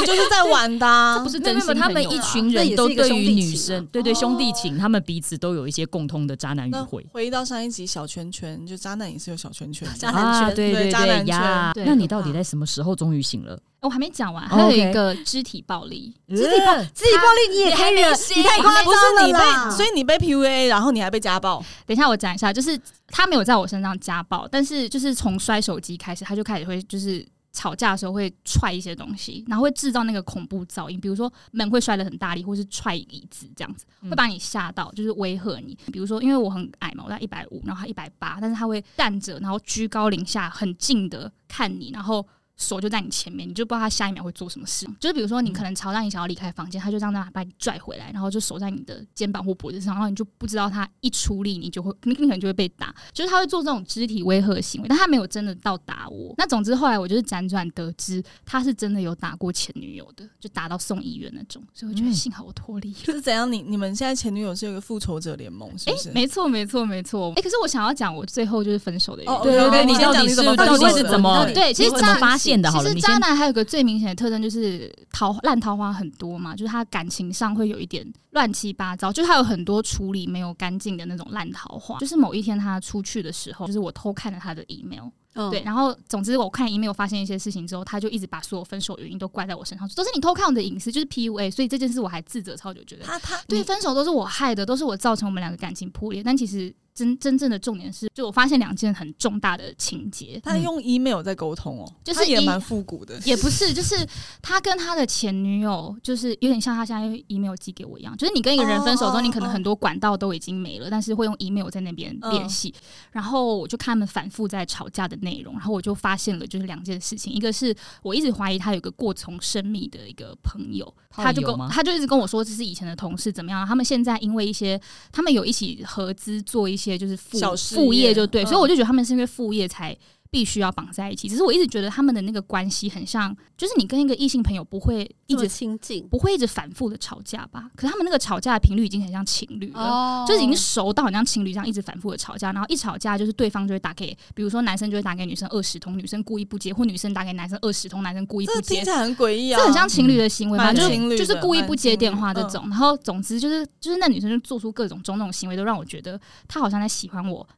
[SPEAKER 2] 你就是在玩的啊、
[SPEAKER 1] 这不是
[SPEAKER 4] 没有
[SPEAKER 1] 真
[SPEAKER 4] 没有
[SPEAKER 1] 心
[SPEAKER 4] 他
[SPEAKER 1] 朋
[SPEAKER 4] 们
[SPEAKER 1] 友
[SPEAKER 4] 一
[SPEAKER 1] 啦
[SPEAKER 4] 群
[SPEAKER 3] 那
[SPEAKER 4] 人
[SPEAKER 3] 也
[SPEAKER 4] 都
[SPEAKER 3] 是一个
[SPEAKER 4] 对
[SPEAKER 3] 兄
[SPEAKER 4] 于
[SPEAKER 3] 弟
[SPEAKER 4] 女
[SPEAKER 3] 情
[SPEAKER 4] 生
[SPEAKER 3] 啊，
[SPEAKER 4] 对对兄弟
[SPEAKER 3] 哦
[SPEAKER 4] 情，他们彼此都有一些共通的渣男与
[SPEAKER 2] 那
[SPEAKER 4] 会。
[SPEAKER 2] 回到上一集小圈圈，就渣男也是有小圈圈 的，
[SPEAKER 3] 渣男圈
[SPEAKER 4] 啊，对
[SPEAKER 2] 对
[SPEAKER 4] 对
[SPEAKER 2] 渣男圈
[SPEAKER 4] 呀，
[SPEAKER 1] 对
[SPEAKER 4] 那你
[SPEAKER 1] 可
[SPEAKER 4] 到底
[SPEAKER 3] 怕
[SPEAKER 4] 在什么时候终于醒了？
[SPEAKER 1] 我还没讲完，
[SPEAKER 4] 哦
[SPEAKER 1] 还有一
[SPEAKER 4] OK
[SPEAKER 1] 个肢体暴力，
[SPEAKER 4] 自己
[SPEAKER 1] 呃
[SPEAKER 3] 自己暴力你也可以忍，你太夸
[SPEAKER 2] 不是
[SPEAKER 3] 张了
[SPEAKER 2] 你
[SPEAKER 3] 啦！
[SPEAKER 2] 被，所以你被 PUA，然后你还被家暴，
[SPEAKER 1] 等一下我讲一下，就是他没有在我身上家暴，但是就是从摔手机开始，他就开始会就是。吵架的时候会踹一些东西，然后会制造那个恐怖噪音，比如说门会摔得很大力，或是踹椅子这样子，
[SPEAKER 4] 嗯
[SPEAKER 1] 会把你吓到，就是威吓你。比如说，因为我很矮嘛，我在一百五，然后他一百八，但是他会站着，然后居高临下，很近的看你，然后手就在你前面，你就不知道他下一秒会做什么事。就是比如说，
[SPEAKER 4] 嗯
[SPEAKER 1] 你可能吵到你想要离开房间，他就这样把你拽回来，然后就手在你的肩膀或脖子上，然后你就不知道他一出力，你就会你你可能就会被打。就是他会做这种肢体威吓行为，但他没有真的到打我。那总之后来我就是辗转得知，他是真的有打过前女友的，就打到送医院那种。所以我觉得
[SPEAKER 4] 嗯
[SPEAKER 1] 幸好我脱离了。
[SPEAKER 2] 是怎样？你你们现在前女友是有一个复仇者联盟，是
[SPEAKER 1] 哎、
[SPEAKER 2] 不是？
[SPEAKER 1] 没错，没错，没错。哎、可是我想要讲我最后就是分手的原因。
[SPEAKER 2] 哦
[SPEAKER 4] 对对对，
[SPEAKER 2] 你
[SPEAKER 4] 你
[SPEAKER 2] 先
[SPEAKER 4] 到
[SPEAKER 2] 讲
[SPEAKER 4] 底
[SPEAKER 2] 你
[SPEAKER 4] 是
[SPEAKER 2] 怎么
[SPEAKER 4] 到底
[SPEAKER 2] 分
[SPEAKER 4] 是
[SPEAKER 2] 手的
[SPEAKER 4] 怎么
[SPEAKER 2] 你
[SPEAKER 1] 对其实
[SPEAKER 4] 你怎么
[SPEAKER 1] 渣
[SPEAKER 4] 发现的？好
[SPEAKER 1] 其
[SPEAKER 4] 了，
[SPEAKER 1] 实
[SPEAKER 4] 你
[SPEAKER 1] 渣
[SPEAKER 4] 先
[SPEAKER 1] 男还有个最明显的特征就是桃烂桃花很多嘛，就是他感情上会有一点乱七八糟，就是他有很多处理没有干净的那种烂桃花。就是某一天他出去的时候，就是我偷看了他的 email，、
[SPEAKER 3] 嗯
[SPEAKER 1] 对，，然后总之我看 email 发现一些事情之后，他就一直把所有分手原因都怪在我身上，说都是你偷看我的隐私，就是 PUA，所以这件事我还自责超久，觉得
[SPEAKER 2] 他他
[SPEAKER 1] 对，
[SPEAKER 2] 你
[SPEAKER 1] 分手都是我害的，都是我造成我们两个感情破裂。但其实真真正的重点是，就我发现两件很重大的情节，
[SPEAKER 2] 他用 email 在沟通哦，
[SPEAKER 1] 嗯就是
[SPEAKER 2] 他也
[SPEAKER 1] e-
[SPEAKER 2] 蛮复古的。
[SPEAKER 1] 也不是， 就是他跟他的前女友，就是有点像他现在用 email 寄给我一样，就是你跟一个人分手之
[SPEAKER 2] 哦
[SPEAKER 1] 后，
[SPEAKER 2] 哦
[SPEAKER 1] 你可能
[SPEAKER 2] 哦嗯
[SPEAKER 1] 很多管道都已经没了，但是会用 email 在那边联系。然后我就看他们反复在吵架的内容，然后我就发现了就是两件事情，一个是我一直怀疑他有一个过从生密的一个朋友，
[SPEAKER 4] 炮
[SPEAKER 1] 他就
[SPEAKER 4] 友
[SPEAKER 1] 跟
[SPEAKER 4] 吗
[SPEAKER 1] 他就一直跟我说这是以前的同事怎么样，啊他们现在因为一些他们有一起合资做一些就是副
[SPEAKER 2] 小事业
[SPEAKER 1] 副业就对，
[SPEAKER 2] 嗯
[SPEAKER 1] 所以我就觉得他们是因为副业才。必须要绑在一起。只是我一直觉得他们的那个关系很像，就是你跟一个异性朋友不会一
[SPEAKER 3] 这么
[SPEAKER 1] 直
[SPEAKER 3] 亲近
[SPEAKER 1] 不会一直反复的吵架吧？可是他们那个吵架的频率已经很像情侣了。
[SPEAKER 3] 哦
[SPEAKER 1] 就是已经熟到好像情侣这样一直反复的吵架，然后一吵架就是对方就会打给，比如说男生就会打给女生二十通，女生故意不接，或女生打给男生二十通，男生故意不
[SPEAKER 2] 这
[SPEAKER 1] 接
[SPEAKER 2] 听起，来很诡异啊，
[SPEAKER 1] 这很像情侣的行为吧？
[SPEAKER 2] 嗯蛮
[SPEAKER 1] 就
[SPEAKER 2] 情侣
[SPEAKER 1] 是就
[SPEAKER 2] 的
[SPEAKER 1] 是故意不接电话这
[SPEAKER 2] 蛮情
[SPEAKER 1] 种。然后总之就是就是那女生就做出各种种种行为，都让我觉得她好像在喜欢我。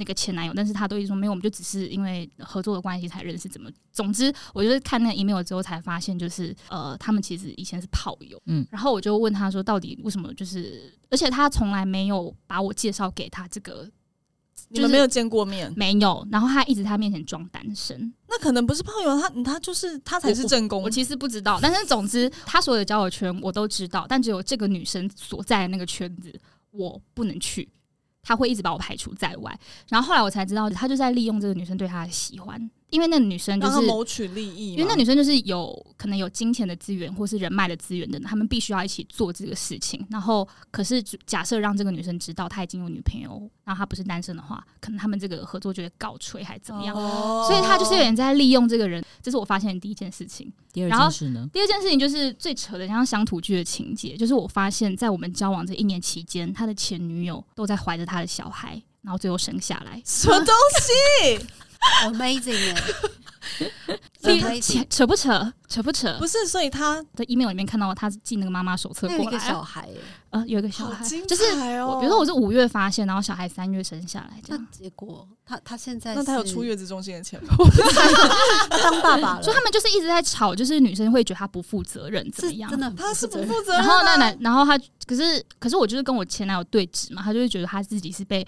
[SPEAKER 1] 那个前男友，但是她都一直说没有，我们就只是因为合作的关系才认识。怎么？总之，我就是看那个 email 之后才发现，就是呃，他们其实以前是炮友。
[SPEAKER 4] 嗯
[SPEAKER 1] 嗯，然后我就问他说，到底为什么？就是而且他从来没有把我介绍给他这个，
[SPEAKER 2] 你们没有见过面，
[SPEAKER 1] 没有。然后他一直在他面前装单身，
[SPEAKER 2] 那可能不是炮友，他他就是他才是正宫
[SPEAKER 1] 我。其实不知道，但是总之，他所有的交友圈我都知道，但只有这个女生所在的那个圈子，我不能去。他会一直把我排除在外，然后后来我才知道，他就在利用这个女生对他的喜欢，因为那个女生就
[SPEAKER 2] 让他
[SPEAKER 1] 是，
[SPEAKER 2] 谋取利益嘛，
[SPEAKER 1] 因为那女生就是有可能有金钱的资源或是人脉的资源等等，他们必须要一起做这个事情。然后，可是假设让这个女生知道他已经有女朋友，然后他不是单身的话，可能他们这个合作就会告吹还怎么样，
[SPEAKER 2] 哦
[SPEAKER 1] 所以他就是有点在利用这个人，这是我发现的第一件事情。
[SPEAKER 4] 第二
[SPEAKER 1] 然后
[SPEAKER 4] 件事呢，
[SPEAKER 1] 第二件事情就是最扯的，像乡土剧的情节，就是我发现，在我们交往这一年期间，他的前女友都在怀着他的小孩，然后最后生下来。
[SPEAKER 2] 什么东西？
[SPEAKER 3] amazing 哎、
[SPEAKER 1] 所以
[SPEAKER 3] 扯
[SPEAKER 1] 扯
[SPEAKER 3] 一起
[SPEAKER 1] 扯不扯？扯不扯？
[SPEAKER 2] 不是，所以他
[SPEAKER 1] 在 email 里面看到他寄那个妈妈手册
[SPEAKER 3] 那有一
[SPEAKER 1] 过
[SPEAKER 3] 个
[SPEAKER 1] 来
[SPEAKER 3] 小
[SPEAKER 1] 啊，
[SPEAKER 3] 孩、欸，
[SPEAKER 1] 呃，有一个小
[SPEAKER 2] 好
[SPEAKER 1] 孩，
[SPEAKER 2] 精
[SPEAKER 1] 就是
[SPEAKER 2] 彩哦。
[SPEAKER 1] 我比如说我是五月发现，然后小孩三月生下来，这
[SPEAKER 3] 那
[SPEAKER 1] 样。
[SPEAKER 3] 结果他他现在
[SPEAKER 2] 那他有
[SPEAKER 3] 是
[SPEAKER 2] 出月子中心的钱吗？
[SPEAKER 3] 他当爸 爸了，
[SPEAKER 1] 所以他们就是一直在吵，就是女生会觉得他不负责任怎么
[SPEAKER 3] 这
[SPEAKER 1] 样？
[SPEAKER 3] 真的很
[SPEAKER 2] 他是
[SPEAKER 3] 负
[SPEAKER 2] 不
[SPEAKER 3] 责任
[SPEAKER 2] 负责任
[SPEAKER 1] 然
[SPEAKER 2] 啊。
[SPEAKER 1] 后那男，然后他可是可是我就是跟我前男友对峙嘛，他就会觉得他自己是被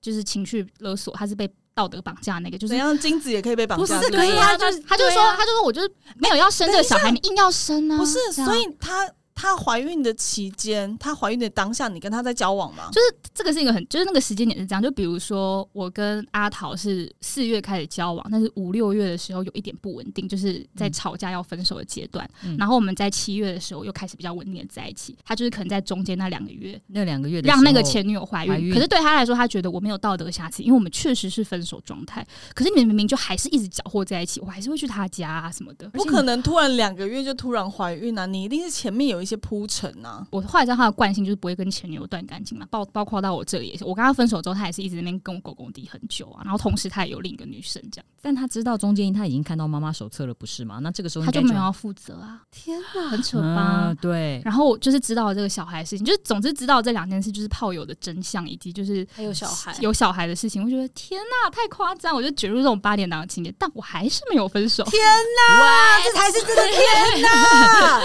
[SPEAKER 1] 就是情绪勒索，他是被道德绑架的那个，就是
[SPEAKER 2] 怎样精子也啊可以被绑
[SPEAKER 3] 不
[SPEAKER 2] 架？
[SPEAKER 3] 是
[SPEAKER 2] 对
[SPEAKER 3] 可以啊，
[SPEAKER 1] 他
[SPEAKER 3] 就是
[SPEAKER 1] 他就
[SPEAKER 3] 对
[SPEAKER 1] 说
[SPEAKER 3] 啊
[SPEAKER 1] 他就说我就是没有要生这个小孩，你硬要生啊，
[SPEAKER 2] 不是，
[SPEAKER 1] 这样
[SPEAKER 2] 所以她她怀孕的期间，她怀孕的当下，你跟她在交往吗？
[SPEAKER 1] 就是这个是一个很就是那个时间点是这样，就比如说我跟阿桃是四月开始交往，但是五六月的时候有一点不稳定，就是在吵架要分手的阶段，
[SPEAKER 4] 嗯
[SPEAKER 1] 然后我们在七月的时候又开始比较稳定的在一起，他就是可能在中间那两个月
[SPEAKER 4] 那两个月的
[SPEAKER 1] 让那个
[SPEAKER 4] 时候
[SPEAKER 1] 前女友怀
[SPEAKER 4] 怀
[SPEAKER 1] 孕，
[SPEAKER 4] 孕
[SPEAKER 1] 可是对他来说，他觉得我没有道德瑕疵，因为我们确实是分手状态。可是你们明明就还是一直搅和在一起，我还是会去他家啊什么的。
[SPEAKER 2] 不可能突然两个月就突然怀孕啊！你一定是前面有一些铺陈啊。
[SPEAKER 1] 我后来知道他的惯性就是不会跟前女友断感情嘛，包包括到我这里也是。我跟他分手之后，他也是一直在那边跟我狗狗敌很久啊，然后同时他也有另一个女生这样，
[SPEAKER 4] 但他知道中间他已经看到妈妈手册了，不是吗？那这个时候
[SPEAKER 1] 他
[SPEAKER 4] 应该
[SPEAKER 1] 就没有要负责啊，
[SPEAKER 3] 天哪，
[SPEAKER 1] 很扯吧？
[SPEAKER 3] 啊
[SPEAKER 4] 嗯，对，
[SPEAKER 1] 然后我就是知道了这个小孩的事情，就是总之知道这两件事，就是炮友的真相，以及就是
[SPEAKER 3] 还有小孩，
[SPEAKER 1] 有小孩的事情，我觉得天呐，太夸张！我就卷入这种八点档的情节，但我还是没有分 手，
[SPEAKER 3] 天哪，这才是真的天哪，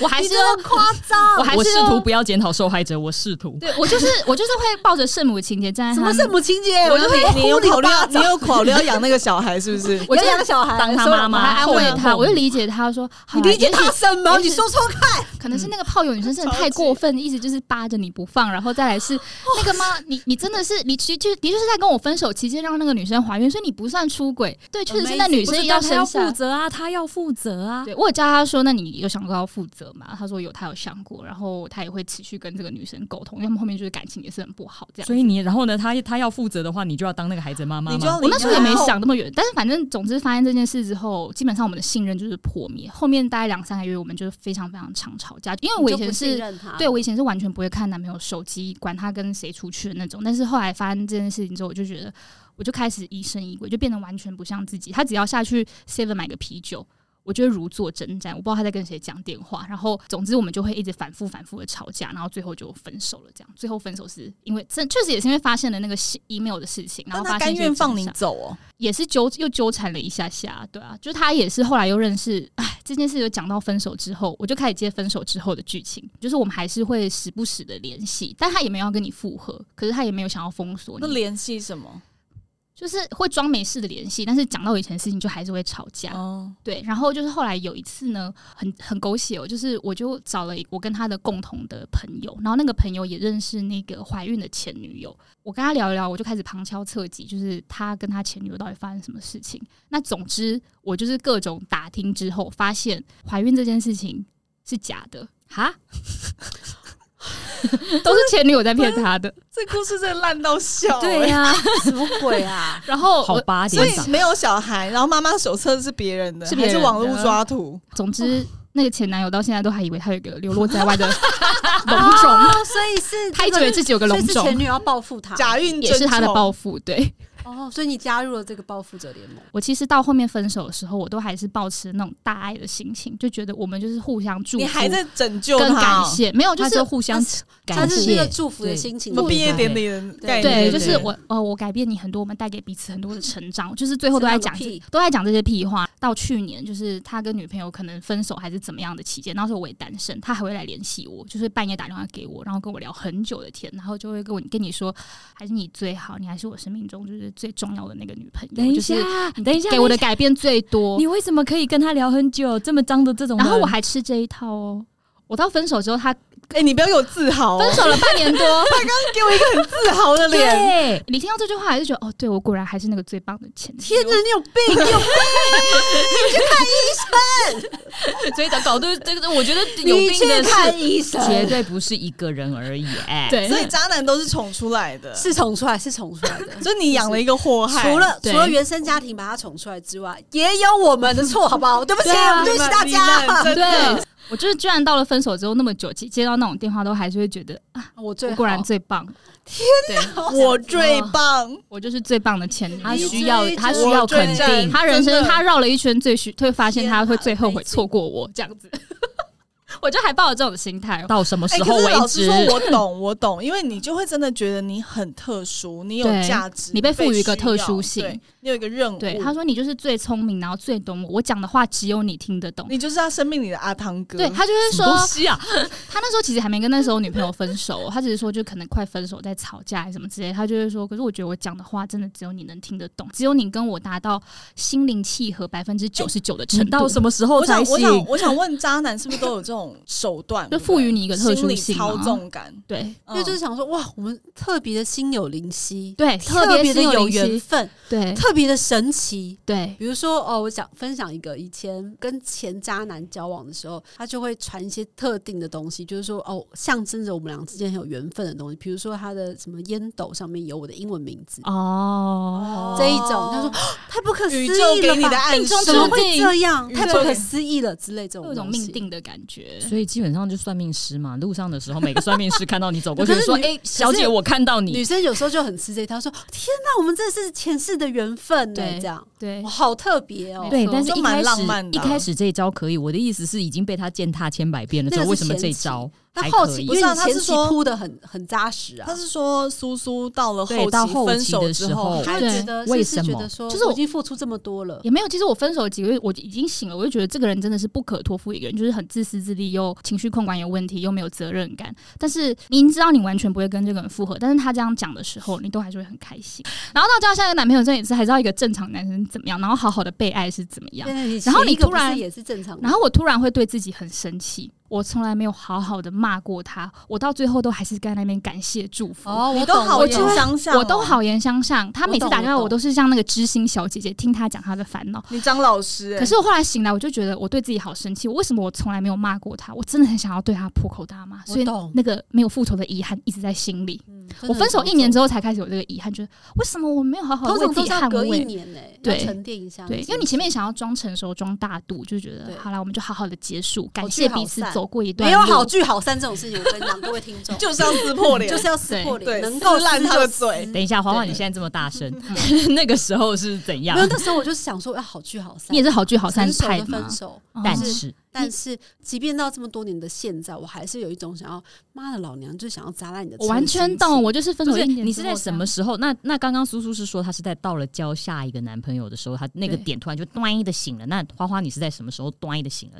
[SPEAKER 1] 我还
[SPEAKER 3] 你
[SPEAKER 1] 是
[SPEAKER 3] 真的夸张，
[SPEAKER 1] 我还
[SPEAKER 4] 我
[SPEAKER 1] 是
[SPEAKER 4] 试
[SPEAKER 1] 要
[SPEAKER 4] 图不要检讨受害者，我试图。
[SPEAKER 1] 对我就是我就是会抱着圣母的情节站
[SPEAKER 3] 什
[SPEAKER 1] 在
[SPEAKER 3] 么
[SPEAKER 1] 他
[SPEAKER 3] 圣
[SPEAKER 1] 们，
[SPEAKER 3] 母情节？
[SPEAKER 2] 我就你你有考虑到，
[SPEAKER 3] 到
[SPEAKER 2] 你有考虑要养那个小孩是不是？
[SPEAKER 1] 我
[SPEAKER 3] 有
[SPEAKER 1] 就
[SPEAKER 3] 两个小孩，
[SPEAKER 4] 当他
[SPEAKER 3] 说
[SPEAKER 4] 妈妈
[SPEAKER 1] 我还安慰
[SPEAKER 4] 后
[SPEAKER 1] 他，
[SPEAKER 4] 面
[SPEAKER 1] 我就理解他说，好
[SPEAKER 3] 你
[SPEAKER 1] 啦
[SPEAKER 3] 理解
[SPEAKER 1] 也许
[SPEAKER 3] 他什么？
[SPEAKER 1] 也许
[SPEAKER 3] 你说说看，
[SPEAKER 1] 可能是
[SPEAKER 4] 嗯
[SPEAKER 1] 那个炮友女生真的
[SPEAKER 2] 超级
[SPEAKER 1] 太过分，一直就是扒着你不放，然后再来 是那个妈，你你真的是你其就的确是在跟我分手期间让那个女生怀孕，所以你不算出轨，对，确实是那
[SPEAKER 3] Amazing，
[SPEAKER 1] 女
[SPEAKER 4] 不
[SPEAKER 1] 生
[SPEAKER 4] 是
[SPEAKER 1] 要
[SPEAKER 4] 但他
[SPEAKER 1] 生
[SPEAKER 4] 要
[SPEAKER 1] 下
[SPEAKER 4] 负。责啊，他要负责啊。
[SPEAKER 1] 对我有教他说，那你有想过要负责吗？他说有，他有想过，然后他也会持续跟这个女生沟通，因为他们后面就是感情也是很不好这样。
[SPEAKER 4] 所以你，然后呢，他他要负责的话，你就要当那个孩子的妈妈吗。
[SPEAKER 2] 你就要
[SPEAKER 1] 我那时候也没
[SPEAKER 2] 然后
[SPEAKER 1] 想那么远，但是反正总之发现这件事之后，基本上我们的信任就是破灭。后面大概两三个月，我们就是非常非常常吵架，因为我以前
[SPEAKER 3] 你就不信
[SPEAKER 1] 是
[SPEAKER 3] 任
[SPEAKER 2] 啊
[SPEAKER 3] 他
[SPEAKER 1] 对我以前是完全不会看男朋友手机，管他跟谁出去的那种。但是后来发生这件事情之后，我就觉得，我就开始疑神疑鬼，就变得完全不像自己。他只要下去 Seven 买个啤酒。我就会如坐针毡，我不知道他在跟谁讲电话，然后总之我们就会一直反复反复的吵架，然后最后就分手了。这样，最后分手是因为这确实也是因为发现了那个信 email 的事情，然
[SPEAKER 2] 但
[SPEAKER 1] 后
[SPEAKER 2] 他
[SPEAKER 1] 发
[SPEAKER 2] 甘
[SPEAKER 1] 现
[SPEAKER 2] 愿放
[SPEAKER 1] 你
[SPEAKER 2] 你走哦，
[SPEAKER 1] 也是纠又纠缠了一下下，对啊，就是他也是后来又认识，哎，这件事就讲到分手之后，我就开始接分手之后的剧情，就是我们还是会时不时的联系，但他也没有要跟你复合，可是他也没有想要封锁
[SPEAKER 2] 那
[SPEAKER 1] 你，
[SPEAKER 2] 联系什么？
[SPEAKER 1] 就是会装没事的联系，但是讲到以前的事情就还是会吵架，
[SPEAKER 2] 哦，
[SPEAKER 1] 对，然后就是后来有一次呢，很很狗血哦，就是我就找了一我跟他的共同的朋友，然后那个朋友也认识那个怀孕的前女友，我跟他聊一聊，我就开始旁敲侧击，就是他跟他前女友到底发生什么事情。那总之，我就是各种打听之后，发现怀孕这件事情是假的。
[SPEAKER 4] 哈，
[SPEAKER 1] 都是前女友在骗他的。
[SPEAKER 2] 这故事真的烂到笑、
[SPEAKER 4] 对
[SPEAKER 2] 欸
[SPEAKER 4] 呀，
[SPEAKER 3] 什么鬼 啊？
[SPEAKER 1] 然后
[SPEAKER 4] 好
[SPEAKER 1] 我，
[SPEAKER 4] 八
[SPEAKER 2] 所
[SPEAKER 4] 点
[SPEAKER 2] 以
[SPEAKER 4] 档，
[SPEAKER 2] 没有小孩，然后妈妈手册是别人的，
[SPEAKER 1] 是别人的嗯
[SPEAKER 2] 还是网络抓图，
[SPEAKER 1] 总之那个前男友到现在都还以为他有一个流落在外的龙 种，
[SPEAKER 3] 哦，所以是
[SPEAKER 1] 他一直以为自己有个
[SPEAKER 3] 所
[SPEAKER 1] 龙
[SPEAKER 3] 以是前
[SPEAKER 1] 种，
[SPEAKER 3] 女友要报复他
[SPEAKER 2] 假孕
[SPEAKER 1] 也是他的
[SPEAKER 2] 报。
[SPEAKER 1] 报复。对
[SPEAKER 3] 哦，所以你加入了这个报复者联盟。
[SPEAKER 1] 我其实到后面分手的时候，我都还是保持那种大爱的心情，就觉得我们就是互相祝福，
[SPEAKER 2] 你还在拯救
[SPEAKER 1] 跟
[SPEAKER 2] 他
[SPEAKER 1] 感
[SPEAKER 2] 哦、
[SPEAKER 1] 谢，没有就
[SPEAKER 4] 他
[SPEAKER 1] 是
[SPEAKER 4] 就互相
[SPEAKER 3] 他
[SPEAKER 4] 感
[SPEAKER 3] 是这个
[SPEAKER 4] 谢。
[SPEAKER 3] 祝福的心情
[SPEAKER 2] 什
[SPEAKER 3] 的
[SPEAKER 2] 么
[SPEAKER 3] 部
[SPEAKER 2] 毕
[SPEAKER 3] 分，
[SPEAKER 2] 业典礼的概
[SPEAKER 1] 对，
[SPEAKER 2] 念，
[SPEAKER 1] 就
[SPEAKER 2] 对
[SPEAKER 1] 是我呃，我改变你很多，我们带给彼此很多的成长，就是最后都在讲
[SPEAKER 3] 成长个屁
[SPEAKER 1] 都在讲这些屁话。到去年，就是他跟女朋友可能分手还是怎么样的期间，那时候我也单身，他还会来联系我，就是半夜打电话给我，然后跟我聊很久的天，然后就会跟我跟你说，还是你最好，你还是我生命中就是最重要的那个女朋
[SPEAKER 4] 等
[SPEAKER 1] 友，
[SPEAKER 4] 一
[SPEAKER 1] 就
[SPEAKER 4] 下
[SPEAKER 1] 是，
[SPEAKER 4] 等一下，
[SPEAKER 1] 给我的改变最多
[SPEAKER 4] 你。为什么可以跟他聊很久？这么脏的这种人，
[SPEAKER 1] 然后我还吃这一套哦。我到分手之后，他
[SPEAKER 2] 哎、你不要给我自豪、哦
[SPEAKER 1] 分，手了半年多，
[SPEAKER 2] 给我一个很自豪的脸。
[SPEAKER 4] 对，
[SPEAKER 1] 你听到这句话还是觉得哦，对我果然还是那个最棒的前妻。
[SPEAKER 3] 天哪，你有病！你有
[SPEAKER 4] 所以搞得这个，我觉得有
[SPEAKER 3] 你
[SPEAKER 4] 病
[SPEAKER 3] 去
[SPEAKER 4] 的
[SPEAKER 3] 看
[SPEAKER 4] 是
[SPEAKER 3] 医生，
[SPEAKER 4] 绝对不是一个人而已，哎，
[SPEAKER 1] 对，
[SPEAKER 2] 所以渣男都是宠出来的，
[SPEAKER 3] 是宠出来，是宠出来的。
[SPEAKER 2] 就你养了一个祸害。
[SPEAKER 3] 除了除
[SPEAKER 1] 对
[SPEAKER 3] 了原生家庭把他宠出来之外，也有我们的错，好不好？对不起，
[SPEAKER 1] 对啊
[SPEAKER 3] 我们对
[SPEAKER 2] 你
[SPEAKER 3] 不
[SPEAKER 2] 们
[SPEAKER 3] 起大
[SPEAKER 2] 你们
[SPEAKER 3] 家。
[SPEAKER 2] 真的
[SPEAKER 1] 对，我就是居然到了分手之后那么久，接接到那种电话都还是会觉得啊，
[SPEAKER 3] 我最嗯
[SPEAKER 1] 我
[SPEAKER 3] 好
[SPEAKER 1] 果然最棒，天哪，
[SPEAKER 2] 我最棒，
[SPEAKER 1] 我就是最棒的前女
[SPEAKER 4] 他
[SPEAKER 1] 友。
[SPEAKER 4] 需要
[SPEAKER 3] 你这一
[SPEAKER 4] 他需
[SPEAKER 3] 种
[SPEAKER 4] 要
[SPEAKER 2] 我最
[SPEAKER 4] 肯
[SPEAKER 2] 赞
[SPEAKER 4] 定，
[SPEAKER 1] 他人
[SPEAKER 2] 真
[SPEAKER 1] 生
[SPEAKER 2] 的
[SPEAKER 1] 他绕了一圈，最许会发现他会最后悔错过我这样子。 我就还抱有这种心态，哦
[SPEAKER 4] 到什么
[SPEAKER 2] 哎、
[SPEAKER 4] 时候
[SPEAKER 2] 可是
[SPEAKER 4] 为
[SPEAKER 2] 老师
[SPEAKER 4] 止？
[SPEAKER 2] 说，我懂，我懂，因为你就会真的觉得你很特殊，你有
[SPEAKER 1] 对
[SPEAKER 2] 价值，
[SPEAKER 1] 你被赋予一个
[SPEAKER 2] 需要
[SPEAKER 1] 特殊性
[SPEAKER 2] 对你有一个任务。
[SPEAKER 1] 对他说：“你就是最聪明，然后最懂我，我讲的话只有你听得懂。
[SPEAKER 2] 你就是他生命里的阿汤”哥。
[SPEAKER 1] 对他就会
[SPEAKER 4] 什么
[SPEAKER 1] 说
[SPEAKER 4] 东，西啊？
[SPEAKER 1] 他那时候其实还没跟那时候女朋友分手，他只是说就可能快分手在吵架还是什么之类，他就会说，可是我觉得我讲的话真的只有你能听得懂，只有你跟我达到心灵契合百分之九十九的程
[SPEAKER 4] 你
[SPEAKER 1] 度，
[SPEAKER 4] 到什么时候
[SPEAKER 2] 我想
[SPEAKER 4] 才，
[SPEAKER 2] 我
[SPEAKER 4] 行？
[SPEAKER 2] 想，我想问，渣男是不是都有这种手段，
[SPEAKER 1] 就赋予你一个特殊
[SPEAKER 2] 心理
[SPEAKER 1] 性
[SPEAKER 2] 操
[SPEAKER 1] 吗
[SPEAKER 2] 纵感？
[SPEAKER 1] 对
[SPEAKER 3] 因为就是想说，哇，我们特别的心有灵犀，
[SPEAKER 1] 对，
[SPEAKER 3] 特别
[SPEAKER 1] 别
[SPEAKER 3] 的
[SPEAKER 1] 心
[SPEAKER 3] 有
[SPEAKER 1] 灵犀
[SPEAKER 3] 缘，分，
[SPEAKER 1] 对
[SPEAKER 3] 特别的神奇。
[SPEAKER 1] 对，
[SPEAKER 3] 比如说，哦，我想分享一个，以前跟前渣男交往的时候，他就会传一些特定的东西，就是说，哦，象征着我们俩之间很有缘分的东西，比如说他的什么烟斗上面有我的英文名字，
[SPEAKER 4] 哦，
[SPEAKER 3] 这一种他说太不可思
[SPEAKER 2] 宇
[SPEAKER 3] 议
[SPEAKER 2] 宙给
[SPEAKER 3] 了
[SPEAKER 2] 你的
[SPEAKER 3] 吧！
[SPEAKER 2] 暗
[SPEAKER 1] 命
[SPEAKER 2] 示
[SPEAKER 1] 中，
[SPEAKER 3] 怎么会这样？
[SPEAKER 2] 宇宙
[SPEAKER 3] 太不可思议了之类这种
[SPEAKER 1] 会有一种
[SPEAKER 3] 东西
[SPEAKER 1] 命。定的感觉，
[SPEAKER 4] 所以基本上就算命师嘛，路上的时候每个算命师看到你走过去
[SPEAKER 3] 可是
[SPEAKER 4] 说：“
[SPEAKER 3] 女
[SPEAKER 4] 哎，小
[SPEAKER 3] 可
[SPEAKER 4] 姐，
[SPEAKER 3] 是
[SPEAKER 4] 我看到
[SPEAKER 3] 女
[SPEAKER 4] 你。
[SPEAKER 3] 生有时候就很吃这一套，说：“天哪，我们这是前世的缘分呢！”
[SPEAKER 1] 对
[SPEAKER 3] 这样，
[SPEAKER 1] 对
[SPEAKER 3] 哇，好特别哦。”
[SPEAKER 1] 没
[SPEAKER 4] 对，
[SPEAKER 1] 错
[SPEAKER 4] 但是
[SPEAKER 2] 就
[SPEAKER 4] 一
[SPEAKER 2] 蛮
[SPEAKER 4] 开始
[SPEAKER 2] 浪漫的
[SPEAKER 4] 一
[SPEAKER 2] 啊
[SPEAKER 4] 开始这一招可以，我的意思是已经被他践踏千百遍了，
[SPEAKER 3] 那
[SPEAKER 4] 之
[SPEAKER 3] 个
[SPEAKER 4] 后为
[SPEAKER 3] 是
[SPEAKER 4] 什么这
[SPEAKER 3] 前
[SPEAKER 4] 一
[SPEAKER 3] 期
[SPEAKER 4] 招
[SPEAKER 3] 但
[SPEAKER 4] 还
[SPEAKER 3] 后
[SPEAKER 4] 可
[SPEAKER 3] 期
[SPEAKER 4] 以
[SPEAKER 3] 不？是啊
[SPEAKER 2] 不是啊他
[SPEAKER 3] 前
[SPEAKER 2] 是
[SPEAKER 3] 期
[SPEAKER 2] 说
[SPEAKER 3] 铺的很很扎实啊
[SPEAKER 2] 他，是说苏苏到了
[SPEAKER 4] 对
[SPEAKER 2] 后
[SPEAKER 4] 到后
[SPEAKER 2] 分
[SPEAKER 4] 期
[SPEAKER 2] 手
[SPEAKER 4] 的
[SPEAKER 2] 之
[SPEAKER 4] 时
[SPEAKER 2] 后
[SPEAKER 4] 候，
[SPEAKER 3] 他
[SPEAKER 1] 对
[SPEAKER 3] 觉得
[SPEAKER 4] 为
[SPEAKER 3] 是不
[SPEAKER 4] 什
[SPEAKER 3] 是觉
[SPEAKER 4] 么
[SPEAKER 3] 得说，
[SPEAKER 1] 就是
[SPEAKER 3] 我
[SPEAKER 1] 我
[SPEAKER 3] 已经付出这么多了，
[SPEAKER 1] 也没有，其实我分手几个月，我已经醒了，我就觉得这个人真的是不可托付一个人，就是很自私自利，又情绪控管有问题，又没有责任感。但是明知道你完全不会跟这个人复合，但是他这样讲的时候，你都还是会很开心。然后到交下一个男朋友之后，也是还知道一个正常男生怎么样，然后好好的被爱是怎么样
[SPEAKER 3] 对。对对
[SPEAKER 1] 然后你
[SPEAKER 3] 前一个
[SPEAKER 1] 突然
[SPEAKER 3] 不是也是正常的，
[SPEAKER 1] 然后我突然会对自己很生气，我从来没有好好的骂过他，我到最后都还是在那边感谢祝福。
[SPEAKER 3] 哦，
[SPEAKER 2] 你
[SPEAKER 3] 我
[SPEAKER 2] 都
[SPEAKER 3] 懂
[SPEAKER 2] 好
[SPEAKER 3] 我
[SPEAKER 2] 言
[SPEAKER 3] 懂
[SPEAKER 2] 相向、
[SPEAKER 1] 我都，好言相向，他每次打电
[SPEAKER 3] 我
[SPEAKER 1] 话
[SPEAKER 3] 懂
[SPEAKER 1] 我都是像那个知心小姐姐听他讲他的烦恼，
[SPEAKER 2] 你张老师、欸，
[SPEAKER 1] 可是我后来醒来，我就觉得我对自己好生气。我为什么我从来没有骂过他？我真的很想要对他破口大骂，
[SPEAKER 3] 我
[SPEAKER 1] 所以
[SPEAKER 3] 懂
[SPEAKER 1] 那个没有复仇的遗憾一直在心里。
[SPEAKER 3] 嗯
[SPEAKER 1] 我分手一年之
[SPEAKER 3] 后，
[SPEAKER 1] 后才开始有这个遗憾，觉得为什么我没有好好
[SPEAKER 3] 通
[SPEAKER 1] 为
[SPEAKER 3] 常
[SPEAKER 1] 自
[SPEAKER 3] 都
[SPEAKER 1] 己
[SPEAKER 3] 是要
[SPEAKER 1] 捍
[SPEAKER 3] 隔一
[SPEAKER 1] 卫？
[SPEAKER 3] 年啊呢，要
[SPEAKER 1] 对
[SPEAKER 3] 沉淀一下。
[SPEAKER 1] 对，因为你前面想要装成熟、装大度，就觉
[SPEAKER 3] 对
[SPEAKER 1] 得好啦，我们就好好的结束，感
[SPEAKER 3] 聚
[SPEAKER 1] 谢
[SPEAKER 3] 好
[SPEAKER 1] 彼此
[SPEAKER 3] 散
[SPEAKER 1] 走过一段
[SPEAKER 3] 没有
[SPEAKER 1] 路
[SPEAKER 3] 好聚好散这种事情，我跟你讲，各位听众，
[SPEAKER 2] 就是要撕破脸，
[SPEAKER 3] 就是要撕破
[SPEAKER 2] 对
[SPEAKER 3] 脸，能够
[SPEAKER 2] 撕烂
[SPEAKER 3] 撕
[SPEAKER 2] 他
[SPEAKER 3] 就
[SPEAKER 2] 的
[SPEAKER 3] 撕
[SPEAKER 2] 嘴
[SPEAKER 4] 等一下，花花，
[SPEAKER 2] 对
[SPEAKER 4] 你现在这么大声，那个时候是怎样
[SPEAKER 3] 没？有，那时候我就是想说要好聚好散，
[SPEAKER 1] 你也是好聚好散
[SPEAKER 3] 成熟
[SPEAKER 1] 派
[SPEAKER 3] 的
[SPEAKER 1] 吗
[SPEAKER 3] 分？手。
[SPEAKER 1] 哦
[SPEAKER 4] 但
[SPEAKER 3] 就是但是，即便到这么多年的现在，我还是有一种想要，妈的老娘就是想要砸烂你的车
[SPEAKER 1] 我
[SPEAKER 3] 的心情。
[SPEAKER 1] 完全懂，我就是分手
[SPEAKER 4] 不是
[SPEAKER 1] 一年之后这样。
[SPEAKER 4] 你是在什么时候？那那刚刚苏苏是说她是在到了交下一个男朋友的时候，她那个
[SPEAKER 1] 对
[SPEAKER 4] 点突然就端一的醒了。那花花，你是在什么时候端一的醒了？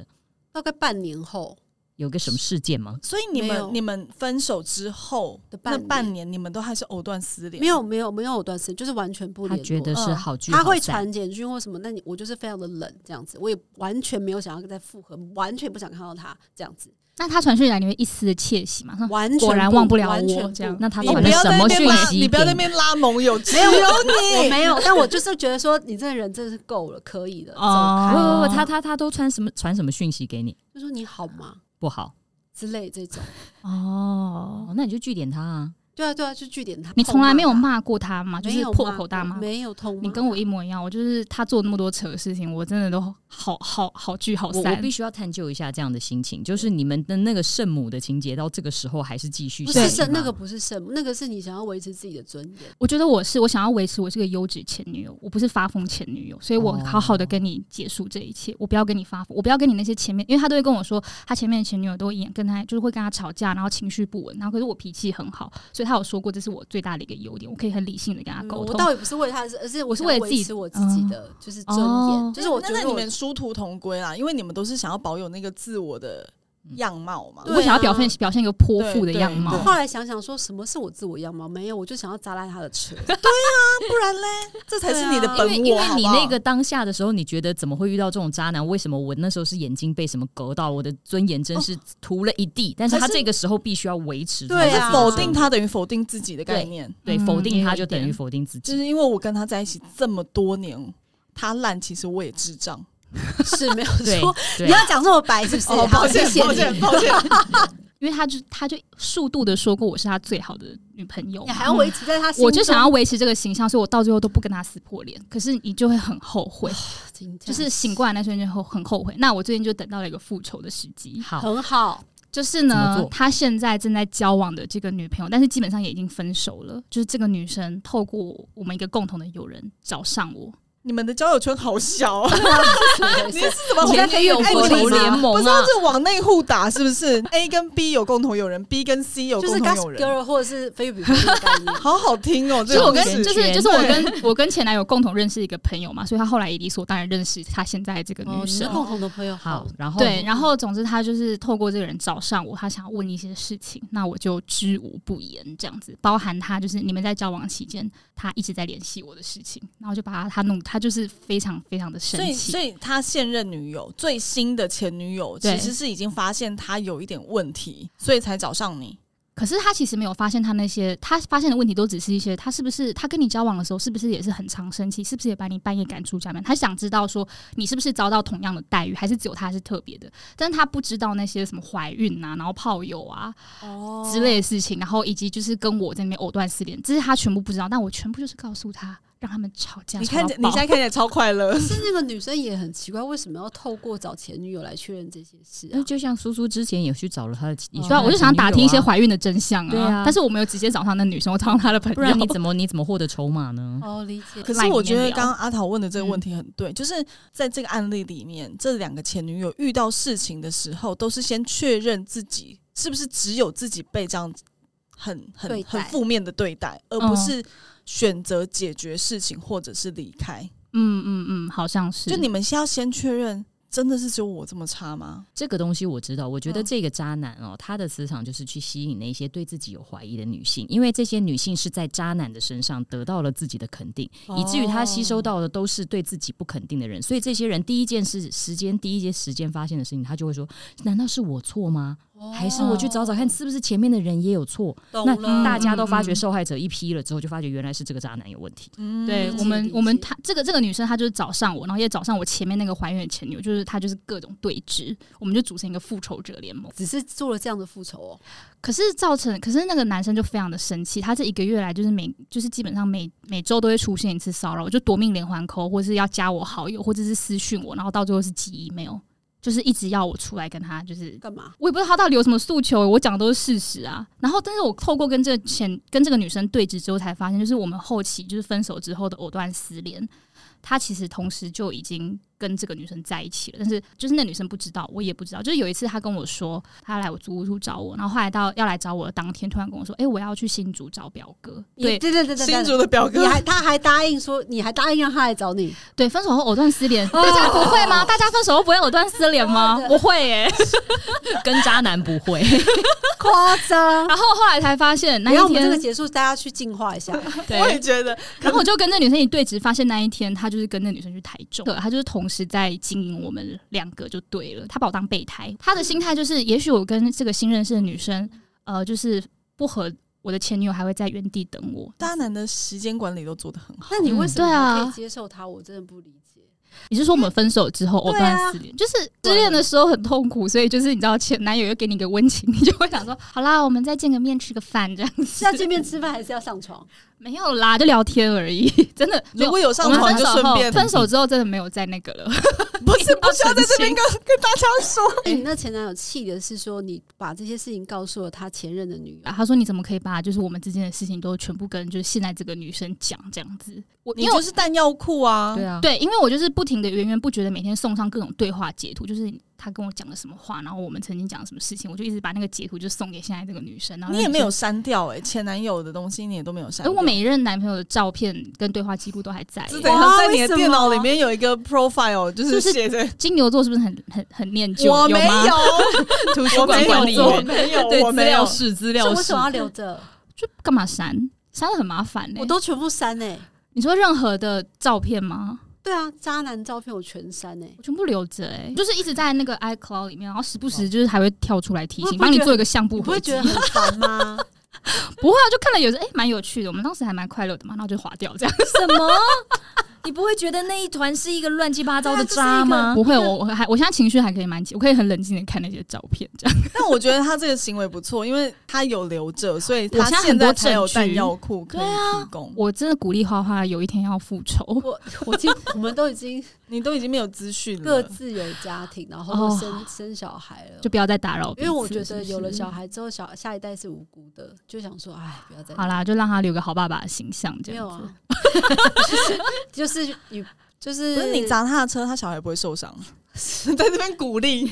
[SPEAKER 3] 大概半年后
[SPEAKER 4] 有个什么事件吗？
[SPEAKER 2] 所以你
[SPEAKER 3] 没有
[SPEAKER 2] 们你们分手之后
[SPEAKER 3] 的半
[SPEAKER 2] 那
[SPEAKER 3] 年
[SPEAKER 2] 半年，你们都还是藕断丝连？
[SPEAKER 3] 没有没有没有有段时间，就是完全不
[SPEAKER 4] 她
[SPEAKER 3] 联络。
[SPEAKER 4] 觉得是
[SPEAKER 2] 嗯
[SPEAKER 4] 好聚好
[SPEAKER 3] 他
[SPEAKER 4] 散，
[SPEAKER 3] 会传简讯或什么，那你我就是非常的冷这样子，我也完全没有想要再复合，完全不想看到他这样子，
[SPEAKER 1] 那他传讯来，你会一丝的窃喜吗？说
[SPEAKER 3] 完全
[SPEAKER 1] 嗯果然忘不了
[SPEAKER 3] 完全
[SPEAKER 1] 我
[SPEAKER 3] 不
[SPEAKER 1] 这样
[SPEAKER 4] 那她
[SPEAKER 2] 你
[SPEAKER 4] 传
[SPEAKER 2] 不
[SPEAKER 4] 了
[SPEAKER 2] 要在
[SPEAKER 4] 什
[SPEAKER 2] 那
[SPEAKER 4] 么
[SPEAKER 2] 边
[SPEAKER 4] 讯
[SPEAKER 2] 拉，
[SPEAKER 4] 息？
[SPEAKER 2] 你不要在那边拉盟友，只有
[SPEAKER 3] 我
[SPEAKER 2] 你。
[SPEAKER 3] 没有，但我就是觉得说你这个人真的是够了，可以了，走
[SPEAKER 4] 哦，
[SPEAKER 3] 开。
[SPEAKER 4] 不不不，她她她都传什么传什么讯息给你？
[SPEAKER 3] 就说你好吗？
[SPEAKER 4] 不好，
[SPEAKER 3] 之类这种。
[SPEAKER 4] 哦，那你就据点他啊！
[SPEAKER 3] 对啊，对啊，就据点他。
[SPEAKER 1] 你从来没有
[SPEAKER 3] 痛
[SPEAKER 1] 骂过他吗？就
[SPEAKER 3] 没
[SPEAKER 1] 是
[SPEAKER 3] 有
[SPEAKER 1] 破
[SPEAKER 3] 骂
[SPEAKER 1] 口大
[SPEAKER 3] 过
[SPEAKER 1] 骂。
[SPEAKER 3] 没有痛骂。
[SPEAKER 1] 你跟我一模一样，我就是他做那么多扯的事情，我真的都好好好聚好
[SPEAKER 4] 我我
[SPEAKER 1] 散。
[SPEAKER 4] 必须要探究一下这样的心情，就是你们的那个圣母的情节到这个时候还是继续
[SPEAKER 3] 不
[SPEAKER 4] 下去吗，
[SPEAKER 3] 是圣，那个不是圣母，那个是你想要维持自己的尊严。
[SPEAKER 1] 我觉得我是我想要维持我是个优质前女友，我不是发疯前女友，所以我
[SPEAKER 4] 哦
[SPEAKER 1] 好好的跟你结束这一切，我不要跟你发疯，我不要跟你那些前面，因为他都会跟我说，他前面的前女友都会演跟他就是会跟他吵架，然后情绪不稳，然后可是我脾气很好，所以他有说过这是我最大的一个优点，我可以很理性的跟他
[SPEAKER 3] 嗯
[SPEAKER 1] 沟
[SPEAKER 3] 我
[SPEAKER 1] 通。
[SPEAKER 3] 倒也不是为了他，而是我
[SPEAKER 1] 是
[SPEAKER 3] 想
[SPEAKER 1] 为了
[SPEAKER 3] 维
[SPEAKER 1] 自己
[SPEAKER 3] 持我自己的就是尊
[SPEAKER 1] 哦
[SPEAKER 3] 严，就是我觉
[SPEAKER 2] 那那
[SPEAKER 3] 得
[SPEAKER 2] 你
[SPEAKER 3] 我
[SPEAKER 2] 们殊途同归啦，因为你们都是想要保有那个自我的样貌嘛。
[SPEAKER 3] 对
[SPEAKER 1] 我想要表现
[SPEAKER 3] 啊
[SPEAKER 1] 表现一个泼妇的
[SPEAKER 2] 对对
[SPEAKER 1] 样貌
[SPEAKER 2] 对，
[SPEAKER 3] 后来想想说，什么是我自我样貌？没有，我就想要砸烂他的车。啊
[SPEAKER 2] 不然嘞，这才是你的
[SPEAKER 3] 对啊
[SPEAKER 2] 本
[SPEAKER 4] 因
[SPEAKER 2] 我，
[SPEAKER 4] 为因为
[SPEAKER 2] 好
[SPEAKER 4] 你
[SPEAKER 2] 不好
[SPEAKER 4] 那个当下的时候，你觉得怎么会遇到这种渣男？为什么我那时候是眼睛被什么割到，我的尊严真是涂了一地？但是他
[SPEAKER 2] 还是
[SPEAKER 4] 这个时候必须要维持住，
[SPEAKER 3] 哦对啊
[SPEAKER 2] 就是否定他等于否定自己的概念，
[SPEAKER 4] 对
[SPEAKER 1] 嗯
[SPEAKER 4] 否定他
[SPEAKER 1] 也有
[SPEAKER 4] 就
[SPEAKER 1] 一
[SPEAKER 4] 等
[SPEAKER 1] 点
[SPEAKER 4] 于否定自
[SPEAKER 2] 就
[SPEAKER 3] 嗯
[SPEAKER 4] 己。
[SPEAKER 2] 是因为我跟他在一起这么多年，他烂，其实我也智障。
[SPEAKER 3] 是没有
[SPEAKER 4] 对
[SPEAKER 3] 说
[SPEAKER 4] 对
[SPEAKER 3] 你要讲这么白，是不是？
[SPEAKER 2] 哦，
[SPEAKER 3] 好
[SPEAKER 2] 抱
[SPEAKER 3] 谢
[SPEAKER 2] 歉，
[SPEAKER 3] 谢
[SPEAKER 2] 抱
[SPEAKER 3] 你。
[SPEAKER 2] 歉，抱歉。
[SPEAKER 1] 因为他就他就数度的说过我是他最好的女朋友
[SPEAKER 3] 你
[SPEAKER 1] 嘛，嗯
[SPEAKER 3] 还要维持在他心中，
[SPEAKER 1] 我就想要维持这个形象，所以我到最后都不跟他撕破脸，可是你就会很后悔。就是醒过来那瞬间后很后悔。那我最近就等到了一个复仇的时机，
[SPEAKER 4] 好，
[SPEAKER 3] 很好，
[SPEAKER 1] 就是
[SPEAKER 4] 怎么
[SPEAKER 1] 呢
[SPEAKER 4] 做，
[SPEAKER 1] 他现在正在交往的这个女朋友，但是基本上也已经分手了。就是这个女生透过我们一个共同的友人找上我，
[SPEAKER 2] 你们的交友圈好小啊！你是怎么
[SPEAKER 4] 前女友
[SPEAKER 2] 哎
[SPEAKER 4] 复
[SPEAKER 2] 你
[SPEAKER 4] 仇
[SPEAKER 2] 们
[SPEAKER 4] 联
[SPEAKER 2] 不
[SPEAKER 4] 盟
[SPEAKER 2] 是
[SPEAKER 4] 啊
[SPEAKER 2] 他！是往内互打，是不是？A 跟 B 有共同友人，B 跟 C 有
[SPEAKER 3] 就是
[SPEAKER 2] 共同
[SPEAKER 3] Gus
[SPEAKER 2] 友人，。
[SPEAKER 3] Girl 或者是菲比菲比的概念
[SPEAKER 2] 好好听哦。
[SPEAKER 1] 就
[SPEAKER 2] 这
[SPEAKER 1] 是
[SPEAKER 2] 个
[SPEAKER 1] 我跟
[SPEAKER 2] 故事
[SPEAKER 1] 就是就是
[SPEAKER 4] 对
[SPEAKER 1] 我跟我跟前男友共同认识一个朋友嘛，所以他后来也理所当然认识他现在这个
[SPEAKER 3] 哦，
[SPEAKER 1] 女
[SPEAKER 3] 你
[SPEAKER 1] 生
[SPEAKER 3] 们。共同的朋友
[SPEAKER 4] 好
[SPEAKER 3] 好，，
[SPEAKER 4] 然
[SPEAKER 2] 哦
[SPEAKER 4] 后
[SPEAKER 2] 嗯
[SPEAKER 1] 对，然后总之他就是透过这个人找上我，他想要问一些事情，那我就知无不言这样子，包含他就是你们在交往期间，他一直在联系我的事情，然后就把他他弄，他就是非常非常的生
[SPEAKER 2] 所以，
[SPEAKER 1] 气
[SPEAKER 2] 所。以他现任女友、最新的前女友，其
[SPEAKER 1] 对
[SPEAKER 2] 实是已经发现他有一点问题，所以才找上你。
[SPEAKER 1] 可是他其实没有发现他那些他发现的问题都只是一些，他是不是他跟你交往的时候是不是也是很常生气，是不是也把你半夜赶出家门？他想知道说你是不是遭到同样的待遇，还是只有他是特别的？但是他不知道那些什么怀孕啊，然后炮友啊，
[SPEAKER 3] 哦
[SPEAKER 1] 之类的事情，然后以及就是跟我在那边藕断丝连，这是他全部不知道，但我全部就是告诉他，让他们吵架。
[SPEAKER 2] 你
[SPEAKER 1] 吵
[SPEAKER 2] 看
[SPEAKER 1] 到
[SPEAKER 2] 起，你
[SPEAKER 1] 爆
[SPEAKER 2] 现在看起来超 快乐。
[SPEAKER 3] 是那个女生也很奇怪，为什么要透过找前女友来确认这些事啊
[SPEAKER 4] 那？就像苏苏之前也去找了他的，
[SPEAKER 3] 哦
[SPEAKER 4] 也去
[SPEAKER 1] 对啊，
[SPEAKER 4] 找
[SPEAKER 1] 我就想打听一些
[SPEAKER 4] 他的前女友啊
[SPEAKER 1] 怀孕的真相啊。
[SPEAKER 4] 对啊
[SPEAKER 1] 但是我没有直接找上那女生，我找上她的朋友。
[SPEAKER 4] 不 然你怎么你 怎么获得筹码呢？
[SPEAKER 3] 哦，理解。
[SPEAKER 2] 可
[SPEAKER 1] 赖
[SPEAKER 2] 是
[SPEAKER 1] 里
[SPEAKER 2] 我
[SPEAKER 1] 面
[SPEAKER 2] 觉得
[SPEAKER 1] 聊嗯
[SPEAKER 2] 刚刚阿桃问的这个问题很对，就是在这个案例里面，这两个前女友遇到事情的时候，都是先确认自己是不是只有自己被这样很很
[SPEAKER 3] 对
[SPEAKER 2] 很
[SPEAKER 3] 待
[SPEAKER 2] 负面的对待，而
[SPEAKER 1] 嗯
[SPEAKER 2] 不是选择解决事情或者是离开。
[SPEAKER 1] 嗯嗯嗯，好像是。
[SPEAKER 2] 就你们先要先确认，真的是只有我这么差吗？
[SPEAKER 4] 这个东西我知道，我觉得
[SPEAKER 2] 嗯
[SPEAKER 4] 这个渣男哦，他的磁场就是去吸引那些对自己有怀疑的女性，因为这些女性是在渣男的身上得到了自己的肯定，以至于他吸收到的都是对自己不肯定的人，所以这些人第一件事时间第一件时间发现的事情，他就会说：难道是我错吗？还是我去找找看是不是前面的人也有错？
[SPEAKER 3] 哦懂
[SPEAKER 4] 那
[SPEAKER 3] 了
[SPEAKER 4] 大家都发
[SPEAKER 1] 嗯
[SPEAKER 4] 觉
[SPEAKER 1] 嗯
[SPEAKER 4] 受害者一批了之后，就发觉原来是这个渣男有问题。
[SPEAKER 2] 嗯
[SPEAKER 1] 对
[SPEAKER 3] 理解
[SPEAKER 1] 我们
[SPEAKER 3] 理，解
[SPEAKER 1] 我们她这个这个女生，她就是找上我，然后也找上我前面那个怀孕的前女友，就是她就是各种对峙，我们就组成一个复仇者联盟。
[SPEAKER 3] 只是做了这样的复仇哦，
[SPEAKER 1] 可是造成，可是那个男生就非常的生气，他这一个月来就是每就是基本上每每周都会出现一次骚扰，就夺命连环扣，或是要加我好友，或者是私讯我，然后到最后是寄 email，就是一直要我出来跟他就是。
[SPEAKER 3] 干嘛？
[SPEAKER 1] 我也不知道他到底有什么诉求，我讲的都是事实啊。然后，但是我透过跟这个前跟这个女生对峙之后，才发现，就是我们后期就是分手之后的藕断丝连，他其实同时就已经跟这个女生在一起了，但是就是那女生不知道，我也不知道。就是有一次他跟我说他要来我租屋处找我，然后后来到要来找我的当天，突然跟我说：“哎、我要去新竹找表哥。”
[SPEAKER 3] 你
[SPEAKER 1] 对
[SPEAKER 3] 对对对对，
[SPEAKER 2] 新竹的表哥
[SPEAKER 3] 你还他还答应说，你还答应让他来找你，
[SPEAKER 1] 对，分手后藕断丝 连，
[SPEAKER 3] 啊
[SPEAKER 1] 大家不会吗？大家分手后不会藕断丝连吗？我会 耶、
[SPEAKER 4] 跟渣男不会，
[SPEAKER 3] 夸张。
[SPEAKER 1] 然后后来才发现 那
[SPEAKER 3] 然后我
[SPEAKER 1] 一
[SPEAKER 3] 们
[SPEAKER 1] 天
[SPEAKER 3] 这个结束，大家去净化一下。
[SPEAKER 1] 对
[SPEAKER 2] 我也觉得，
[SPEAKER 1] 然后我就跟那女生一对峙，发现那一天他就是跟那女生去台中，
[SPEAKER 2] 嗯
[SPEAKER 1] 对，他就是同时在经营我们两个就对了。他把我当备胎，他的心态就是，也许我跟这个新认识的女生，呃，就是不和我的前女友还会在原地等我。
[SPEAKER 2] 渣男的时间管理都做得很好。
[SPEAKER 3] 那你为什么
[SPEAKER 1] 对啊
[SPEAKER 3] 还可以接受他？我真的不理解。
[SPEAKER 1] 你是说我们分手之后藕
[SPEAKER 3] 对啊
[SPEAKER 1] 断丝连，就是失恋的时候很痛苦，所以就是你知道前男友又给你一个温情，你就会想说，好啦，我们再见个面吃个饭这样
[SPEAKER 3] 是
[SPEAKER 1] 子。
[SPEAKER 3] 要见面吃饭还是要上床？
[SPEAKER 1] 没有啦，就聊天而已，真的。没
[SPEAKER 2] 如
[SPEAKER 1] 有
[SPEAKER 2] 果有
[SPEAKER 1] 我
[SPEAKER 2] 上
[SPEAKER 1] 们
[SPEAKER 2] 床
[SPEAKER 1] 分
[SPEAKER 2] 就
[SPEAKER 1] 手
[SPEAKER 2] 顺
[SPEAKER 1] 后，
[SPEAKER 2] 便，
[SPEAKER 1] 分手之后真的没有再那个了。
[SPEAKER 2] 不是不需要在这边跟跟大家说。
[SPEAKER 3] 哎你那前男友气的是说你把这些事情告诉了他前任的女友，
[SPEAKER 1] 他说你怎么可以把就是我们之间的事情都全部跟就是现在这个女生讲这样子？我
[SPEAKER 2] 你
[SPEAKER 1] 因为我
[SPEAKER 2] 就是弹药库啊，
[SPEAKER 4] 对啊，
[SPEAKER 1] 对，因为我就是不停的源源不绝的每天送上各种对话截图，就是他跟我讲了什么话，然后我们曾经讲了什么事情，我就一直把那个截图就送给现在这个女啊生。然后
[SPEAKER 2] 你也没
[SPEAKER 1] 有。
[SPEAKER 2] 有删掉哎、前男友的东西你也都没有删
[SPEAKER 1] 而
[SPEAKER 2] 掉。
[SPEAKER 1] 我每一任男朋友的照片跟对话记录都还在耶。
[SPEAKER 2] 是等一下在你的电脑里面有一个 profile，就是
[SPEAKER 1] 就是
[SPEAKER 2] 写着
[SPEAKER 1] 金牛座是不是很很很念旧？
[SPEAKER 2] 我
[SPEAKER 1] 有
[SPEAKER 2] 没
[SPEAKER 1] 吗？
[SPEAKER 2] 有
[SPEAKER 4] 图书馆管理
[SPEAKER 2] 我
[SPEAKER 4] 员
[SPEAKER 2] 没有，
[SPEAKER 4] 对
[SPEAKER 2] 我
[SPEAKER 4] 资
[SPEAKER 2] 没有
[SPEAKER 4] 料。室资
[SPEAKER 3] 是
[SPEAKER 4] 料
[SPEAKER 3] 为
[SPEAKER 4] 室
[SPEAKER 3] 什么要留着？
[SPEAKER 1] 就干嘛删？删了很麻烦呢、
[SPEAKER 3] 我都全部删哎、
[SPEAKER 1] 你说任何的照片吗？
[SPEAKER 3] 对啊，渣男照片我全删哎、
[SPEAKER 1] 我全部留着哎、就是一直在那个 iCloud 里面，然后时不时就是还会跳出来提
[SPEAKER 3] 我也
[SPEAKER 1] 醒，
[SPEAKER 3] 不觉得
[SPEAKER 1] 帮你做一个相簿
[SPEAKER 3] 你不
[SPEAKER 1] 回
[SPEAKER 3] 会
[SPEAKER 1] 击
[SPEAKER 3] 觉。得很烦吗？
[SPEAKER 1] 不会啊，就看了有时哎蛮、有趣的，我们当时还蛮快乐的嘛，然后就划掉这样。
[SPEAKER 4] 什么？你不会觉得那一团啊是一个乱七八糟的
[SPEAKER 1] 啊
[SPEAKER 4] 渣 吗？
[SPEAKER 1] 不会，我我还我现在情绪还可以蛮起，我可以很冷静的看那些照片这样。
[SPEAKER 2] 但我觉得他这个行为不错，因为他有留着，所以
[SPEAKER 1] 我
[SPEAKER 2] 他
[SPEAKER 1] 现在
[SPEAKER 2] 现
[SPEAKER 1] 很多
[SPEAKER 2] 在才有
[SPEAKER 1] 证据
[SPEAKER 2] 弹药库可以
[SPEAKER 1] 对啊
[SPEAKER 2] 提供。
[SPEAKER 1] 我真的鼓励花花有一天要复仇。
[SPEAKER 3] 我我今我们都已经
[SPEAKER 2] 你都已经没有资讯了，
[SPEAKER 3] 各自有家庭，然后都生、生小孩了
[SPEAKER 1] 就。不要再打扰彼
[SPEAKER 3] 因
[SPEAKER 1] 此。
[SPEAKER 3] 为我觉得有了
[SPEAKER 1] 是不是
[SPEAKER 3] 小孩之后，小下一代是无辜的，就想说，哎，不要再
[SPEAKER 1] 好啦，就让他留个好爸爸的形象这
[SPEAKER 3] 没有
[SPEAKER 1] 样子。
[SPEAKER 3] 啊， 就是就是你就是
[SPEAKER 2] 不是你砸他的车，他小孩不会受伤。在这边鼓励，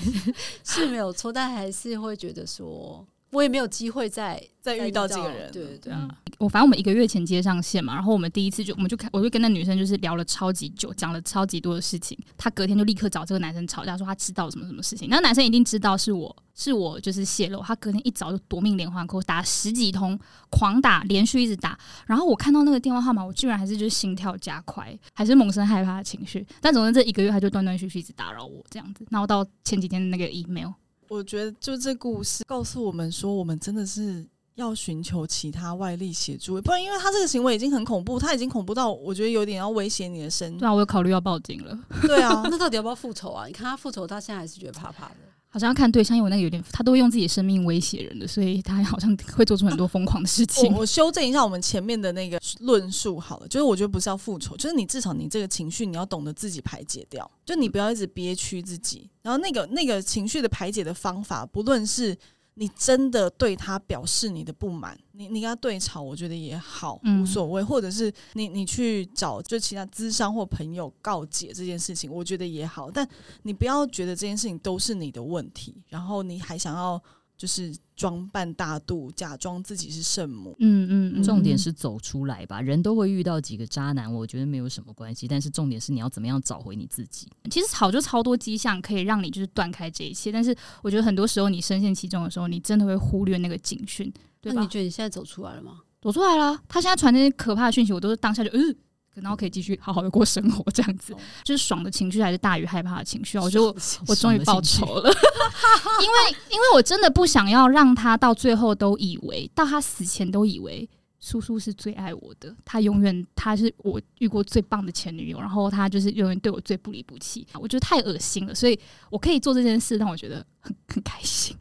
[SPEAKER 3] 是没有错，但还是会觉得说，我也没有机会再
[SPEAKER 2] 再遇到这个
[SPEAKER 3] 对对
[SPEAKER 2] 人，
[SPEAKER 3] 对，
[SPEAKER 4] 嗯
[SPEAKER 1] 我反正我们一个月前接上线嘛，然后我们第一次就我们就看我就跟那女生就是聊了超级久，讲了超级多的事情。她隔天就立刻找这个男生吵架，说她知道什么什么事情。那男生一定知道是我是我就是泄露，他隔天一早就夺命连环扣，打十几通，狂打，连续一直打。然后我看到那个电话号码，我居然还是就是心跳加快，还是萌生害怕的情绪。但总之这一个月他就断断续续一直打扰我这样子，然后到前几天的那个 email，
[SPEAKER 2] 我觉得就这故事告诉我们说，我们真的是要寻求其他外力协助，不然因为他这个行为已经很恐怖，他已经恐怖到我觉得有点要威胁你的生
[SPEAKER 1] 对啊，我有考虑要报警了。
[SPEAKER 2] 对啊，
[SPEAKER 3] 那到底要不要复仇啊？你看他复仇，他现在还是觉得怕怕的。
[SPEAKER 1] 好像要看对象，因为我那个有点，他都会用自己的生命威胁人的，所以他好像会做出很多疯狂的事情
[SPEAKER 2] 我。我修正一下我们前面的那个论述好了，就是我觉得不是要复仇，就是你至少你这个情绪你要懂得自己排解掉，就你不要一直憋屈自己。然后那个那个情绪的排解的方法，不论是你真的对他表示你的不满，你你跟他对吵，我觉得也好，
[SPEAKER 1] 嗯
[SPEAKER 2] 无所谓，或者是你你去找就其他咨商或朋友告解这件事情，我觉得也好。但你不要觉得这件事情都是你的问题，然后你还想要就是装扮大度，假装自己是圣母。
[SPEAKER 1] 嗯嗯嗯，
[SPEAKER 4] 重点是走出来吧，人都会遇到几个渣男，我觉得没有什么关系。但是重点是你要怎么样找回你自己。
[SPEAKER 1] 其实吵就超多迹象可以让你就是断开这一切，但是我觉得很多时候你深陷其中的时候，你真的会忽略那个警讯，对
[SPEAKER 3] 那
[SPEAKER 1] 吧
[SPEAKER 3] 你？觉得你现在走出来了吗？
[SPEAKER 1] 走出来了，他现在传那些可怕的讯息，我都是当下就嗯。然后可以继续好好的过生活，这样子、就是爽的情绪还是大于害怕的情绪啊！我觉得我
[SPEAKER 2] 哦
[SPEAKER 1] 我终于报仇了， 因为因为我真的不想要让他到最后都以为，到他死前都以为苏苏是最爱我的，他永远他是我遇过最棒的前女友，然后他就是永远对我最不离不弃，我觉得太恶心了，所以我可以做这件事，让我觉得很 很开心，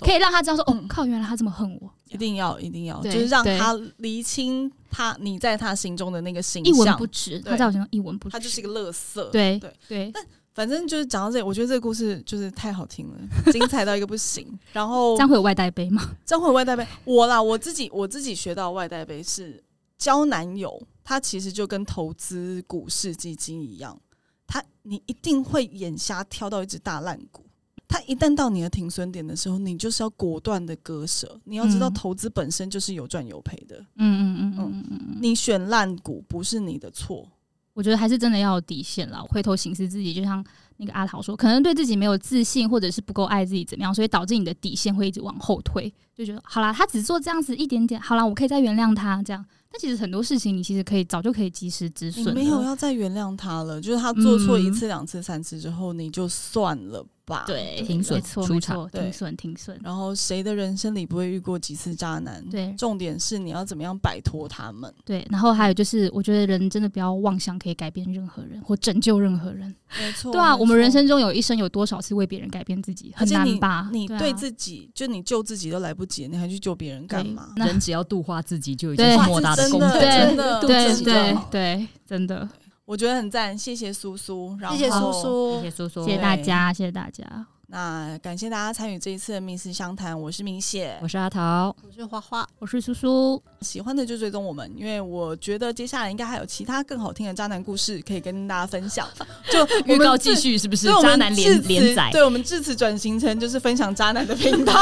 [SPEAKER 1] 可以让他知道说，哦
[SPEAKER 2] 嗯，
[SPEAKER 1] 靠，原来他这么恨我，
[SPEAKER 2] 一定要，一定要，就
[SPEAKER 1] 对
[SPEAKER 2] 是让
[SPEAKER 1] 对
[SPEAKER 2] 他厘清他你在他心中的那个形
[SPEAKER 1] 一文
[SPEAKER 2] 象
[SPEAKER 1] 不，值，
[SPEAKER 2] 对
[SPEAKER 1] 他在我心中一文不值，
[SPEAKER 2] 他就是一个乐色。，
[SPEAKER 1] 对
[SPEAKER 2] 对
[SPEAKER 1] 对，
[SPEAKER 2] 反正就是讲到这里，我觉得这个故事就是太好听 了，精彩到一个不行。然后
[SPEAKER 1] 这样会有外带杯吗？
[SPEAKER 2] 张慧外带杯，我啦，我自己我自己学到的外带杯是交男友，他其实就跟投资股市基金一样，他你一定会眼瞎挑到一只大烂股。他一旦到你的停损点的时候，你就是要果断的割舍。你要知道，
[SPEAKER 1] 嗯
[SPEAKER 2] 投资本身就是有赚有赔的。
[SPEAKER 1] 嗯嗯嗯嗯嗯嗯。
[SPEAKER 2] 你选烂股不是你的错，
[SPEAKER 1] 我觉得还是真的要有底线啦。回头审视自己，就像那个阿桃说，可能对自己没有自信，或者是不够爱自己，怎么样，所以导致你的底线会一直往后退，就觉得好啦，他只做这样子一点点，好啦，我可以再原谅他这样。但其实很多事情你其实可以早就可以及时止
[SPEAKER 2] 你
[SPEAKER 1] 损了，
[SPEAKER 2] 没有要再原谅他了，就是他做错一
[SPEAKER 1] 嗯
[SPEAKER 2] 次、两次、三次之后，你就算了吧。
[SPEAKER 1] 对
[SPEAKER 4] 停损
[SPEAKER 1] 没错
[SPEAKER 4] 出
[SPEAKER 1] 没
[SPEAKER 4] 场
[SPEAKER 1] 错，
[SPEAKER 2] 对
[SPEAKER 1] 停损停损，
[SPEAKER 2] 然后谁的人生里不会遇过几次渣男？，
[SPEAKER 1] 对
[SPEAKER 2] 重点是你要怎么样摆脱他们。
[SPEAKER 1] 对。然后还有就是，我觉得人真的不要妄想可以改变任何人或拯救任何人，
[SPEAKER 2] 没错，
[SPEAKER 1] 对啊。
[SPEAKER 2] 没错
[SPEAKER 1] 我们人，生中有一生有多少次为别人改变自己，
[SPEAKER 2] 而
[SPEAKER 1] 很
[SPEAKER 2] 且
[SPEAKER 1] 难
[SPEAKER 2] 你
[SPEAKER 1] 吧？
[SPEAKER 2] 你
[SPEAKER 1] 对啊
[SPEAKER 2] 对自己，就你救自己都来不及，你还去救别人干
[SPEAKER 1] 对
[SPEAKER 2] 嘛？
[SPEAKER 1] 那
[SPEAKER 4] 人只要度化自己，就已经
[SPEAKER 1] 对
[SPEAKER 4] 是
[SPEAKER 1] 哇
[SPEAKER 4] 莫大
[SPEAKER 2] 这
[SPEAKER 4] 的
[SPEAKER 2] 真
[SPEAKER 4] 功
[SPEAKER 2] 的
[SPEAKER 4] 德。
[SPEAKER 2] 真
[SPEAKER 1] 对
[SPEAKER 2] 的哦
[SPEAKER 1] 对
[SPEAKER 2] 自己就
[SPEAKER 1] 对
[SPEAKER 2] 好
[SPEAKER 1] 对，真的，
[SPEAKER 2] 我觉得很赞，谢谢苏苏，然后
[SPEAKER 3] 谢谢叔。叔
[SPEAKER 4] 谢谢，叔叔
[SPEAKER 1] 谢，谢大家，谢谢大家，
[SPEAKER 2] 那感谢大家参与这一次的密室相谈，我是明谢
[SPEAKER 4] 我，是阿桃，
[SPEAKER 3] 我是花花，
[SPEAKER 1] 我是叔叔，
[SPEAKER 2] 喜欢的就追踪我们，因为我觉得接下来应该还有其他更好听的渣男故事可以跟大家分 享。就
[SPEAKER 4] 预告继
[SPEAKER 2] 续。
[SPEAKER 4] 续是不是
[SPEAKER 2] 所以我？们
[SPEAKER 4] 渣男连
[SPEAKER 2] 至此
[SPEAKER 4] 连载，
[SPEAKER 2] 对我们至此转型成就是分享渣男的频道，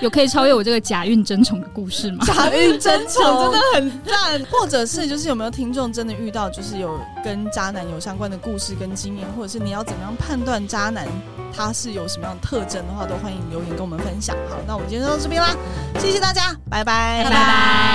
[SPEAKER 1] 有可以超越我这个假孕争宠的故事吗？
[SPEAKER 2] 假运真宠真的很赞。或者是就是有没有听众真的遇到就是有跟渣男有相关的故事跟经验，或者是你要怎么样判断渣男他是有什么样的特征的话，都欢迎留言跟我们分享。好，那我们今天就到这边啦，谢谢大家，拜拜
[SPEAKER 1] 拜拜。